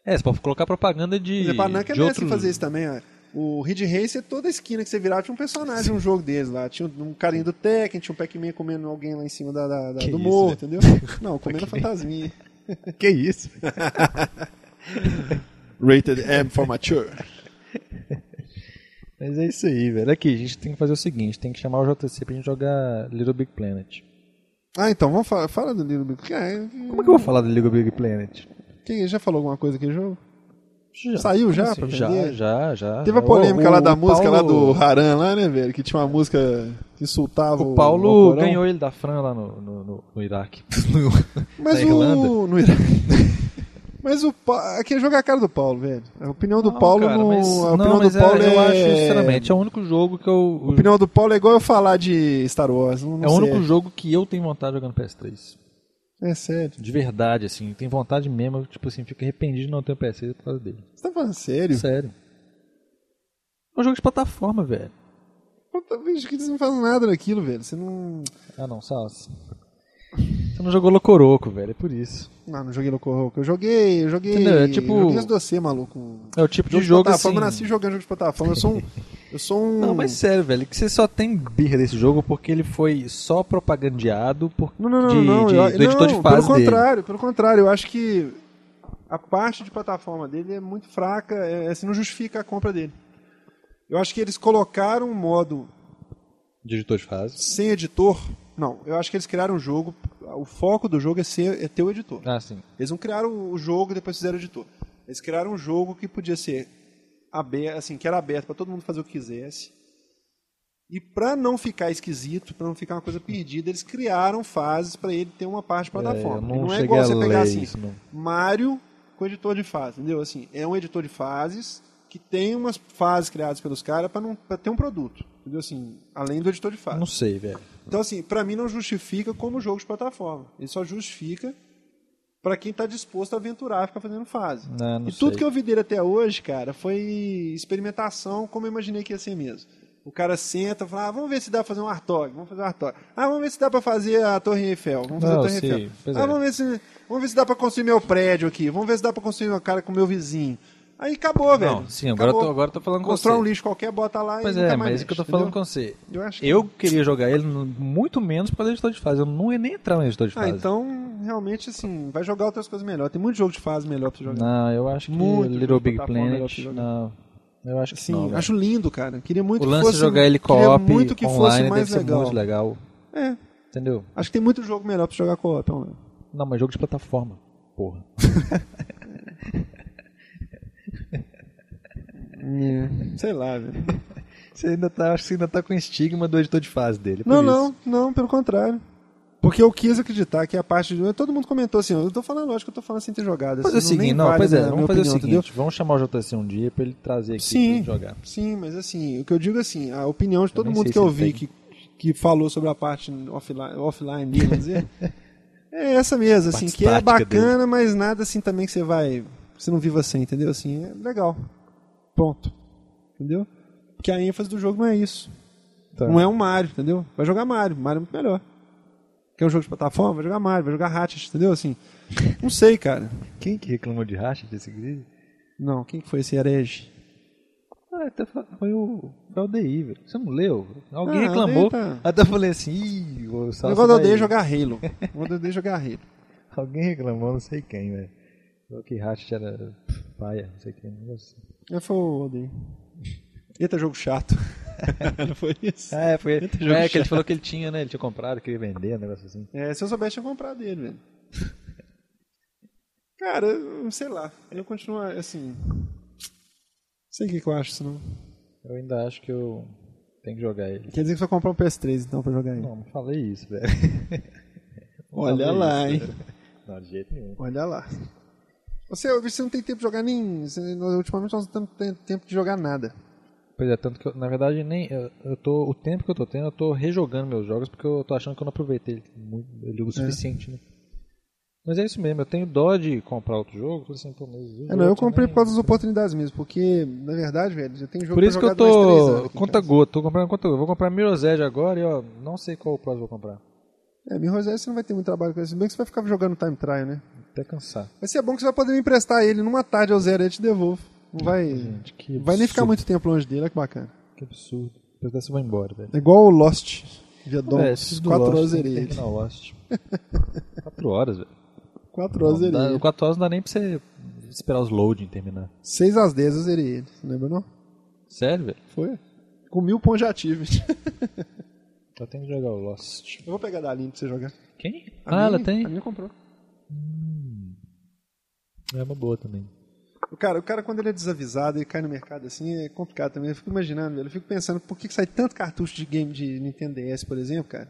B: É, você pode colocar propaganda de.
A: Por exemplo, a Namco é
B: de
A: mestre
B: outro...
A: em fazer isso também, ó. O Ridge Racer, é toda esquina que você virava tinha um personagem, um jogo deles lá. Tinha um carinho do Tekken, tinha um Pac-Man comendo alguém lá em cima da, da- da-
B: Que
A: do
B: isso,
A: morro,
B: né?
A: entendeu? Não, comendo fantasminha. né?
B: Que isso?
A: Rated M for mature.
B: Mas é isso aí, velho. Aqui, a gente tem que fazer o seguinte: tem que chamar o JC pra gente jogar Little Big Planet.
A: Ah, então, vamos falar, fala do Little Big Planet.
B: Como é que eu vou falar do Little Big Planet?
A: Quem já falou alguma coisa aqui no jogo?
B: Já.
A: Saiu já pra
B: Assim, já,
A: vender?
B: já, já.
A: Teve a
B: O-
A: polêmica
B: o-
A: lá da
B: o
A: música lá
B: Paulo-
A: do Haran lá, né, velho? Que tinha uma música que insultava o
B: O Paulo
A: Alcorão.
B: ganhou ele da Fran lá no, no, no- no Iraque.
A: Mas
B: na
A: o...
B: Irlanda.
A: no Iraque. Mas o Pa- aquele jogo é a cara do Paulo, velho. A opinião do
B: Não,
A: Paulo
B: cara,
A: não,
B: mas-
A: a
B: não,
A: opinião
B: mas
A: do Paulo
B: eu
A: é...
B: acho, sinceramente, é o único jogo que eu.
A: A opinião do Paulo é igual eu falar de Star Wars, não, não
B: é o único
A: serve.
B: jogo que eu tenho vontade de jogar no PS3.
A: É sério.
B: De verdade, assim. Tenho vontade mesmo, tipo assim, fico arrependido de não ter o PS3 por causa dele.
A: Você tá falando sério?
B: Sério. um jogo de plataforma, velho.
A: Puta, bicho, que eles não fazem nada daquilo, velho. Você não.
B: Ah não, Salsi. Você não jogou Locoroco, velho, é por isso.
A: Ah, Não, não joguei Loco Roco. Eu joguei. Eu joguei.
B: Entendeu? É tipo-
A: eu joguei as doce, maluco.
B: É o tipo de
A: de
B: jogo
A: plataforma,
B: assim-
A: eu nasci jogando jogo de plataforma. Eu sou um. Eu sou um.
B: Não, mas sério, velho, que você só tem birra desse jogo porque ele foi só propagandeado por,
A: Não, não, não,
B: de,
A: não.
B: de-
A: eu-
B: do editor
A: não,
B: de fase
A: pelo
B: dele.
A: contrário, pelo contrário, eu acho que a parte de plataforma dele é muito fraca, é, assim, não justifica a compra dele. Eu acho que eles colocaram um modo
B: De editor de fase.
A: sem editor. Não, eu acho que eles criaram um jogo. O foco do jogo é, ser, é ter o editor.
B: Ah, sim.
A: Eles não criaram o jogo e depois fizeram o editor. Eles criaram um jogo que podia ser aberto, assim, que era aberto para todo mundo fazer o que quisesse. E para não ficar esquisito, para não ficar uma coisa perdida, eles criaram fases para ele ter uma parte de
B: eu
A: plataforma.
B: não
A: E não é
B: cheguei
A: igual
B: a
A: você pegar
B: ler
A: assim,
B: isso, não.
A: Mario com editor de fase, entendeu? Assim, é um editor de fases que tem umas fases criadas pelos caras para não pra ter um produto, entendeu? Assim, além do editor de fase.
B: Não sei, velho.
A: Então, assim, pra mim não justifica como jogo de plataforma. Ele só justifica pra quem tá disposto a aventurar, ficar fazendo fase.
B: Não, não
A: e tudo
B: sei.
A: que eu vi dele até hoje, cara, foi experimentação como eu imaginei que ia ser mesmo. O cara senta e fala, ah, vamos ver se dá pra fazer um Artog, vamos fazer um Artog. Ah, vamos ver se dá pra fazer a Torre Eiffel, vamos fazer
B: Não,
A: a Torre
B: sim,
A: Eiffel.
B: pois
A: Ah,
B: é.
A: vamos ver, se, vamos ver se dá pra construir meu prédio aqui, vamos ver se dá pra construir meu cara com meu vizinho. Aí acabou, velho.
B: Não, sim, agora eu
A: Acabou.
B: tô, agora eu tô falando com você.
A: Constrói um lixo qualquer, bota lá
B: Pois
A: e nunca
B: é,
A: mais
B: mas isso que eu tô
A: mexe,
B: falando
A: entendeu?
B: com você.
A: Eu acho que-
B: Eu queria jogar ele no- muito menos por causa do editor de fase. Eu não ia nem entrar no editor de
A: Ah,
B: fase.
A: então, realmente, assim, vai jogar outras coisas melhor. Tem muito jogo de fase melhor pra você jogar.
B: Não, eu acho que
A: Muito jogo
B: Little
A: de
B: Big
A: plataforma melhor
B: Planet.
A: que jogar.
B: Não. Eu acho que
A: Assim,
B: não. velho.
A: acho lindo, cara. Queria muito
B: o
A: que
B: lance
A: fosse... um-
B: de jogar ele
A: queria
B: co-op
A: muito que fosse
B: online
A: mais
B: deve
A: legal.
B: ser muito legal.
A: É,
B: Entendeu?
A: acho que tem muito jogo melhor pra jogar co-op. online.
B: Não, mas jogo de plataforma. Porra.
A: Sei lá, velho.
B: É Você ainda tá, acho que você ainda tá com o estigma do editor de fase dele.
A: Não, não, não, pelo contrário. Porque eu quis acreditar que a parte de... Todo mundo comentou assim, eu tô falando, lógico que eu tô falando sem ter jogado.
B: Fazer
A: assim,
B: o seguinte,
A: nem
B: não,
A: vale
B: pois
A: a
B: é,
A: minha
B: vamos fazer o
A: opinião,
B: seguinte,
A: entendeu?
B: vamos chamar o JC um dia pra ele trazer aqui pra
A: Sim,
B: gente jogar.
A: sim, mas assim, o que eu digo é assim, a opinião de todo
B: nem
A: mundo
B: sei
A: que
B: se
A: eu
B: ele
A: vi
B: tem.
A: que, que falou sobre a parte offline, offline dele, vamos dizer, é essa mesmo, assim,
B: Parte
A: que é
B: tática dele.
A: bacana, mas nada assim também que você vai, você não viva sem, entendeu? Assim, é legal, ponto, entendeu? Porque a ênfase do jogo não é isso,
B: Tá.
A: não é um Mario, entendeu? Vai jogar Mario, Mario é muito melhor. Quer um jogo de plataforma? Vai jogar Mario, vai jogar Hatchet, entendeu? Assim, não sei, cara.
B: Quem que reclamou de racha desse grid?
A: Não, quem que foi esse herege?
B: Ah, até fa- foi o, foi o DI, velho. Você não leu? Alguém
A: Ah,
B: reclamou.
A: o DI tá-
B: Até eu falei assim, ih, o
A: O
B: Salsa
A: negócio do
B: vai-
A: odeio é jogar Halo. O negócio do odeio é jogar Halo.
B: Alguém reclamou, não sei quem, velho. Falou que racha era paia, não sei quem. um assim. não sei.
A: É, foi o Odeio. Eita, jogo chato. Não foi isso?
B: Ah, é, foi.
A: Muito jogo
B: É, que ele
A: chato.
B: falou que ele tinha, né? Ele tinha comprado, queria vender, um negócio assim.
A: É, se eu soubesse, eu tinha comprado dele, velho. Cara, eu, sei lá. Eu continuo assim. Não sei o que, que eu acho disso, não.
B: Eu ainda acho que eu tenho que jogar ele.
A: Quer dizer que você vai comprar um PS3 então pra jogar ele?
B: Não, não falei isso, velho. Não
A: Olha
B: falei
A: lá,
B: isso,
A: hein?
B: velho. Não, de jeito nenhum.
A: Olha lá. Você, eu vi que você não tem tempo de jogar nem. você- ultimamente nós não temos tempo de jogar nada.
B: Pois é, tanto que eu, na verdade nem eu, eu tô o tempo que eu tô tendo, eu tô rejogando meus jogos porque eu tô achando que eu não aproveitei ele, muito- ele
A: É.
B: o suficiente, né? Mas é isso mesmo, eu tenho dó de comprar outro jogo, tô assim, pô, mas os
A: É, não, eu
B: outros
A: comprei
B: nem-
A: por causa das oportunidades mesmo, porque, na verdade, velho, já tem jogo
B: né? Por isso que
A: pra jogar
B: eu
A: de mais três né, então. anos
B: tô
A: aqui em
B: conta
A: casa.
B: gota, tô comprando conta gota. Vou comprar Mirror's Edge agora e ó, não sei qual o próximo eu vou comprar.
A: É, Mirror's Edge você não vai ter muito trabalho com isso, bem que você vai ficar jogando time trial, né?
B: Até cansar.
A: Mas se é bom que você vai poder me emprestar ele numa tarde eu zero e eu te devolvo. Não vai,
B: Gente, que
A: vai nem ficar
B: absurdo.
A: muito tempo longe dele, olha que bacana.
B: Que absurdo. Depois dessa eu vou embora, velho.
A: É igual o Lost. Via Dom,
B: Véi, preciso É, do
A: 4
B: Lost, né?
A: horas
B: tem que
A: zerei.
B: terminar o Lost. 4 horas, velho.
A: 4 horas zerei.
B: Não dá- 4 horas não dá nem pra você esperar os loading terminar.
A: 6 às 10 eu zerei ele. Você lembra não?
B: Sério, velho?
A: Foi? Com mil pontos de ativo.
B: Só tem Tá que jogar o Lost.
A: eu vou pegar da linha pra você jogar.
B: Quem?
A: A
B: ah,
A: minha-
B: ela tem?
A: A minha comprou.
B: É uma boa também.
A: O cara, o cara, quando ele é desavisado e cai no mercado assim, é complicado também. Eu fico imaginando, velho. Eu fico pensando por que, que sai tanto cartucho de game de Nintendo DS, por exemplo, cara.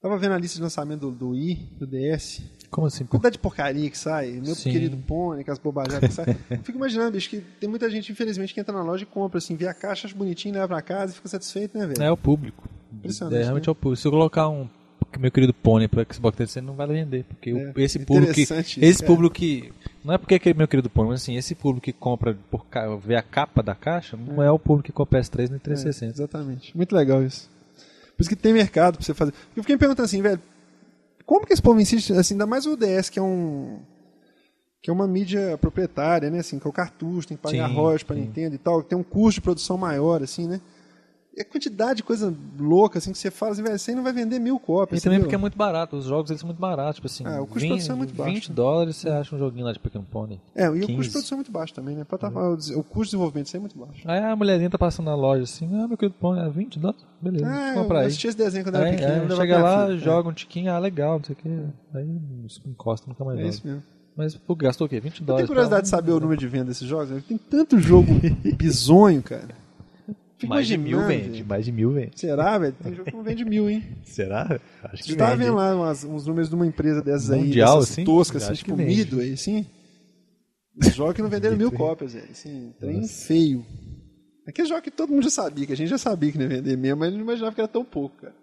A: Tava vendo a lista de lançamento do, do I, do DS.
B: Como assim?
A: Quantidade de porcaria que sai, meu
B: Sim.
A: querido Pony, aquelas bobajadas que sai. Eu fico imaginando, bicho, que tem muita gente, infelizmente, que entra na loja e compra, assim, vê a caixa, acha bonitinho, leva pra casa e fica satisfeito, né, velho?
B: É o público.
A: Impressionante, né?
B: É, realmente é o público. Se eu colocar um meu querido pônei pro Xbox 360, ele não vai vender. Porque o-
A: É,
B: esse público. que-
A: interessante isso,
B: esse
A: cara.
B: público que Não é porque aquele meu querido Pony, mas assim, esse público que compra por ca- vê a capa da caixa não é o público que compra S3 nem
A: É,
B: 360.
A: exatamente. Muito legal isso. Por isso que tem mercado pra você fazer. Porque eu fiquei me perguntando assim, velho, como que esse povo insiste, assim, ainda mais o DS, que é um. que é uma mídia proprietária, né? Assim, que é o cartucho, tem que pagar
B: Sim,
A: royalties pra Nintendo e tal, tem um custo de produção maior, assim, né? E a quantidade de coisa louca, assim, que você fala assim, velho, você não vai vender mil
B: E
A: cópias.
B: também
A: entendeu?
B: porque é muito barato, os jogos eles são muito baratos, tipo assim,
A: Ah, o custo de produção é muito baixo,
B: 20
A: né?
B: dólares você acha um joguinho lá de Pokémon Pony.
A: É, e o custo
B: 15.
A: de produção é muito baixo também, né? Plataforma,
B: Uhum.
A: o des- o custo de desenvolvimento isso aí é muito baixo.
B: Aí a mulherzinha tá passando na loja assim, ah, meu querido Pony, é 20 dólares? Beleza,
A: Ah, eu
B: compra aí.
A: assisti esse desenho quando eu
B: É,
A: era pequeno.
B: é,
A: eu levava
B: chega
A: minha
B: lá,
A: filha.
B: joga um tiquinho, ah, legal, não sei o que. Aí isso encosta nunca mais
A: É, é
B: joga.
A: isso mesmo.
B: Mas pô, gastou o quê? 20
A: Eu
B: dólares? um
A: tenho curiosidade de saber o número de vendas desses jogos. né? Tem tanto jogo bizonho, cara. Fico
B: Mais de mil
A: imaginando,
B: vende,
A: velho.
B: mais de mil vende.
A: Será, velho? Tem jogo que não vende mil, hein?
B: Será? Acho
A: Você tava vendo lá umas- uns números de uma empresa dessas aí,
B: Mundial,
A: dessas
B: assim?
A: toscas,
B: Eu
A: assim,
B: acho que
A: tipo
B: vende.
A: Midway, assim? Os jogos que não venderam mil cópias, velho. Assim, trem feio. Aquele jogo que todo mundo já sabia, que a gente já sabia que não ia vender mesmo, mas não imaginava que era tão pouco, cara.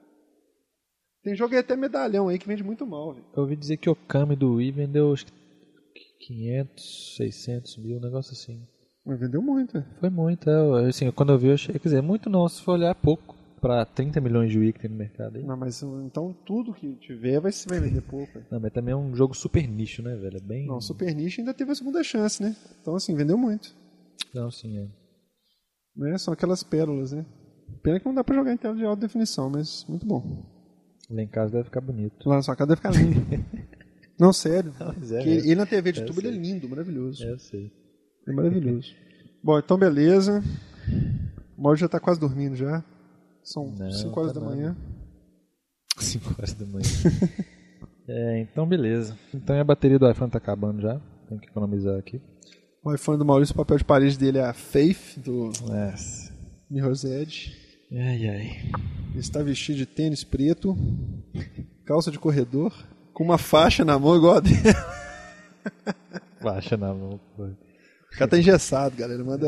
A: Tem jogo aí até medalhão aí que vende muito mal, velho.
B: Eu ouvi dizer que o Okami do Wii vendeu acho que 500, 600 mil, um negócio assim.
A: Mas vendeu muito, velho.
B: Foi muito, é, eu- assim, quando eu vi eu achei, quer dizer, muito não, se for olhar é pouco pra 30 milhões de Wii que tem no mercado aí.
A: Não, mas então tudo que tiver vai, se- vai vender pouco, velho.
B: Não, mas também é um jogo super nicho, né, velho? É bem...
A: Não, Super Niche ainda teve a segunda chance, né? Então, assim, vendeu muito.
B: Não, sim, é.
A: Né? São aquelas pérolas, né? Pena que não dá pra jogar em tela de alta definição, mas muito bom.
B: Lá em casa deve ficar bonito.
A: Lá na sua casa deve ficar lindo. não, sério.
B: mas é
A: Porque
B: mesmo.
A: ele na TV de
B: É,
A: tubo ele é
B: sim.
A: lindo, maravilhoso.
B: eu sei.
A: É maravilhoso. Bom, então beleza. O Mauro já tá quase dormindo já. São
B: Não,
A: 5 horas
B: tá
A: da
B: nada.
A: manhã.
B: 5 horas da manhã. é, então beleza. Então a bateria do iPhone tá acabando já. Tem que economizar aqui.
A: O iPhone do Maurício, o papel de parede dele é a Faith, do
B: Yes.
A: Mirror's Edge.
B: Ai, ai.
A: Ele está vestido de tênis preto, calça de corredor, com uma faixa na mão igual a dele.
B: Baixa na mão, pô.
A: O cara tá engessado, galera. Manda.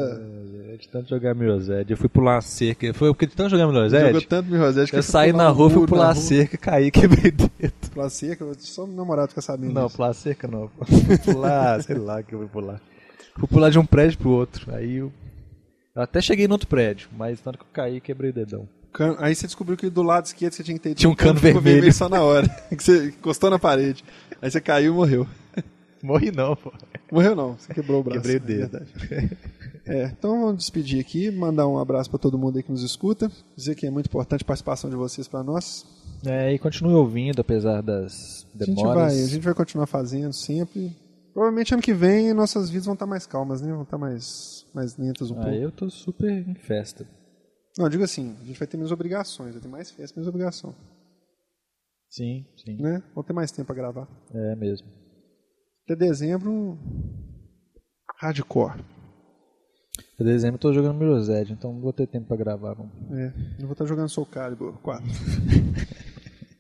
B: É, De tanto jogar Mirror's Edge, eu fui pular uma cerca. Foi porque de tanto jogar Mirror's
A: Jogou
B: Edge,
A: tanto no Rosete que
B: É. eu
A: foi
B: saí
A: pular
B: na
A: um
B: rua, fui
A: muro na
B: pular a
A: rua.
B: cerca, caí, quebrei dedo.
A: Pular cerca, só meu namorado fica sabendo.
B: Não,
A: disso.
B: pular a cerca não. Fui pular, sei lá o que eu fui pular. Fui pular de um prédio pro outro. Aí eu, eu até cheguei no outro prédio, mas na hora que eu caí, quebrei o dedão.
A: Cano- Aí você descobriu que do lado esquerdo você tinha que ter.
B: Tinha um cano
A: ficou
B: vermelho.
A: só na hora. que você encostou na parede. Aí você caiu e morreu.
B: Morri não, pô.
A: Morreu não, você quebrou o braço.
B: Quebrei o
A: é
B: dedo.
A: verdade. É, então vamos despedir aqui, mandar um abraço para todo mundo aí que nos escuta, dizer que é muito importante a participação de vocês para nós.
B: É, e continue ouvindo, apesar das
A: A gente,
B: demoras.
A: vai, a gente vai continuar fazendo sempre. Provavelmente ano que vem nossas vidas vão estar mais calmas, né? Vão estar mais, mais lentas um
B: Ah,
A: pouco.
B: eu tô super em festa.
A: Não, eu digo assim, a gente vai ter menos obrigações, vai ter mais festa, menos obrigação.
B: Sim, sim.
A: Né? Vão ter mais tempo pra gravar.
B: É mesmo.
A: Até dezembro. hum, Hardcore.
B: Em dezembro eu tô jogando Mirror's Edge, então não vou ter tempo pra gravar. Não.
A: É, não vou estar jogando Soul Calibur 4.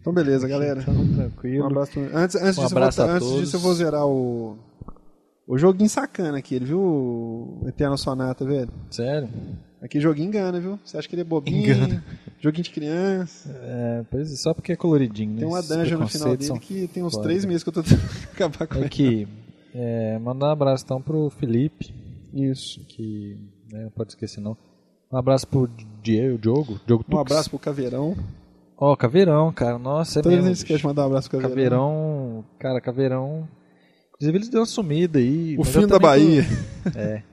A: então beleza, galera.
B: Então, tranquilo.
A: Um abraço. Antes, antes,
B: Um
A: disso,
B: abraço
A: eu
B: a
A: vou, antes
B: todos.
A: disso, eu vou zerar o. O joguinho sacana aqui, ele viu? Eterno Sonata, velho.
B: Sério?
A: Aqui joguinho engana, viu? Você acha que ele é bobinho?
B: Engana.
A: Joguinho de criança.
B: É, pois é, só porque é coloridinho, né?
A: Tem uma
B: Esses
A: dungeon no final
B: preconceitos
A: dele que tem uns
B: foda.
A: três meses que eu tô tentando acabar com
B: são- É
A: ele.
B: que. é, mandar um abraço então pro Felipe,
A: Isso.
B: que. né, não pode esquecer não. Um abraço pro Diego, Diogo. Diogo
A: Um abraço pro Caveirão.
B: Ó, Caveirão, cara. Nossa, é
A: Toda vez a
B: mesmo.
A: gente esquece de
B: bicho.
A: mandar um abraço pro Caveirão.
B: Caveirão. Cara, Caveirão. Inclusive eles deu uma sumida aí.
A: O
B: mas eu
A: fim da
B: também tô-
A: Bahia.
B: É.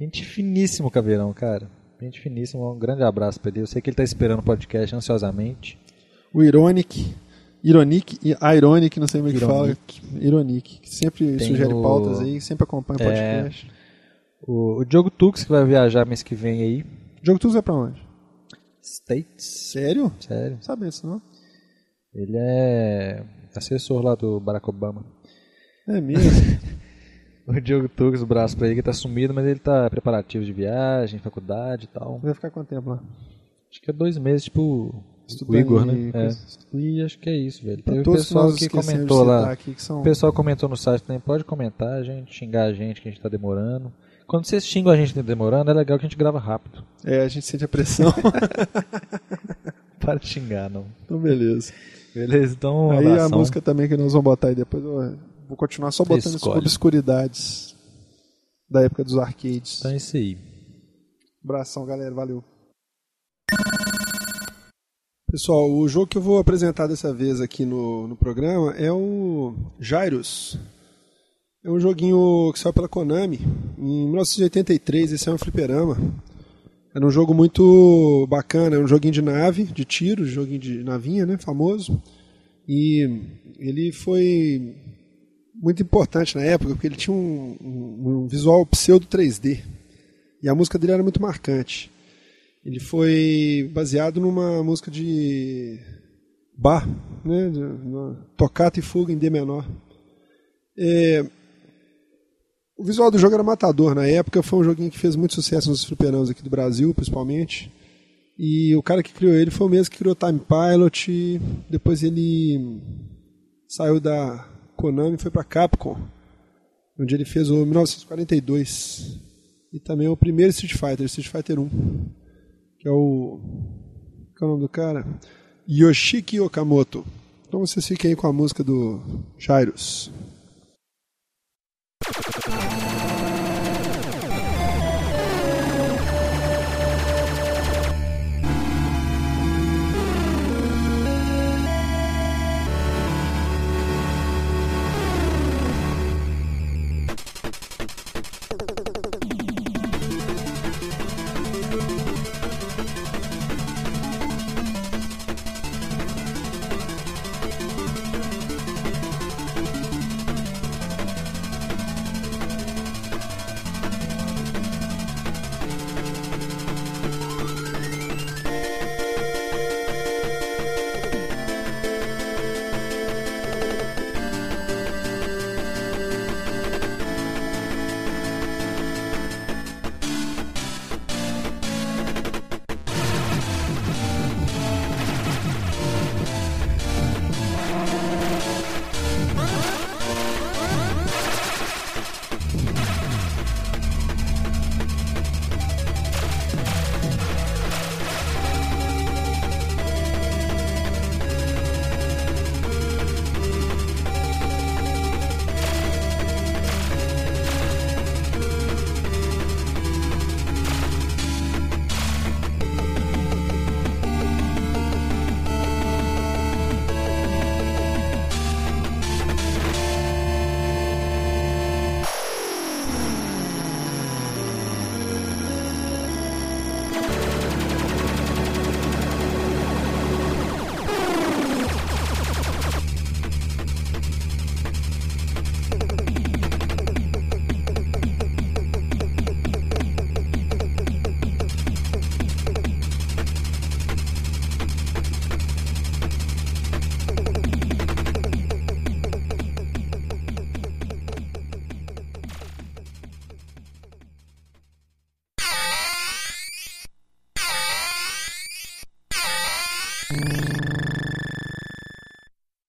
B: Gente finíssimo, Caveirão, cara. Gente finíssimo. Um grande abraço pra ele. Eu sei que ele tá esperando o podcast ansiosamente.
A: O Ironic. Ironic e Ironic, não sei como é que fala.
B: Ironic.
A: Ironic. Que sempre
B: Tem
A: sugere
B: o- É.
A: pautas aí, sempre acompanha o podcast.
B: O, o Diogo Tux, que vai viajar mês que vem aí.
A: Jogo Tuz vai pra onde?
B: States.
A: Sério? Não
B: Sério.
A: sabia disso, não?
B: Ele é assessor lá do Barack Obama.
A: É mesmo.
B: O Diogo Tux, o braço pra ele que tá sumido, mas ele tá preparativo de viagem, faculdade e tal.
A: vai ficar quanto tempo lá?
B: Acho que é dois meses, tipo.
A: Estudando
B: o Igor, né?
A: e coisa-
B: É. E acho que é isso, velho.
A: Pra
B: Teve
A: todos
B: pessoal
A: nós
B: que
A: esquecemos de
B: comentou
A: citar
B: lá.
A: Aqui, que são...
B: O pessoal comentou no site também, pode comentar, gente, xingar a gente que a gente tá demorando. Quando vocês xingam a gente que tá demorando, é legal que a gente grava rápido.
A: É, a gente sente a pressão.
B: Para de xingar, não.
A: então, beleza.
B: Beleza, então. um
A: aí a
B: abração.
A: música também que nós vamos botar aí depois. Eu vou Vou continuar só botando
B: Escolhe.
A: obscuridades da época dos arcades.
B: Então é isso aí.
A: Abração, galera. Valeu. Pessoal, o jogo que eu vou apresentar dessa vez aqui no, no programa é o Jairus. É um joguinho que saiu pela Konami em 1983. Esse é um fliperama. Era um jogo muito bacana. É um joguinho de nave, de tiro, um joguinho de navinha, né? Famoso. E ele foi muito importante na época porque ele tinha um- um- um visual pseudo 3D. E a música dele era muito marcante. Ele foi baseado numa música de bar, né? de- uma Tocata e fuga em D menor. É, O visual do jogo era matador na época. Foi um joguinho que fez muito sucesso nos fliperamas aqui do Brasil, principalmente. E o cara que criou ele foi o mesmo que criou Time Pilot. e Depois ele saiu da Konami e foi para Capcom, onde ele fez o 1942 e também o primeiro Street Fighter, Street Fighter 1, que é o qual é o nome do cara? Yoshiki Okamoto. Então vocês fiquem aí com a música do Jairus.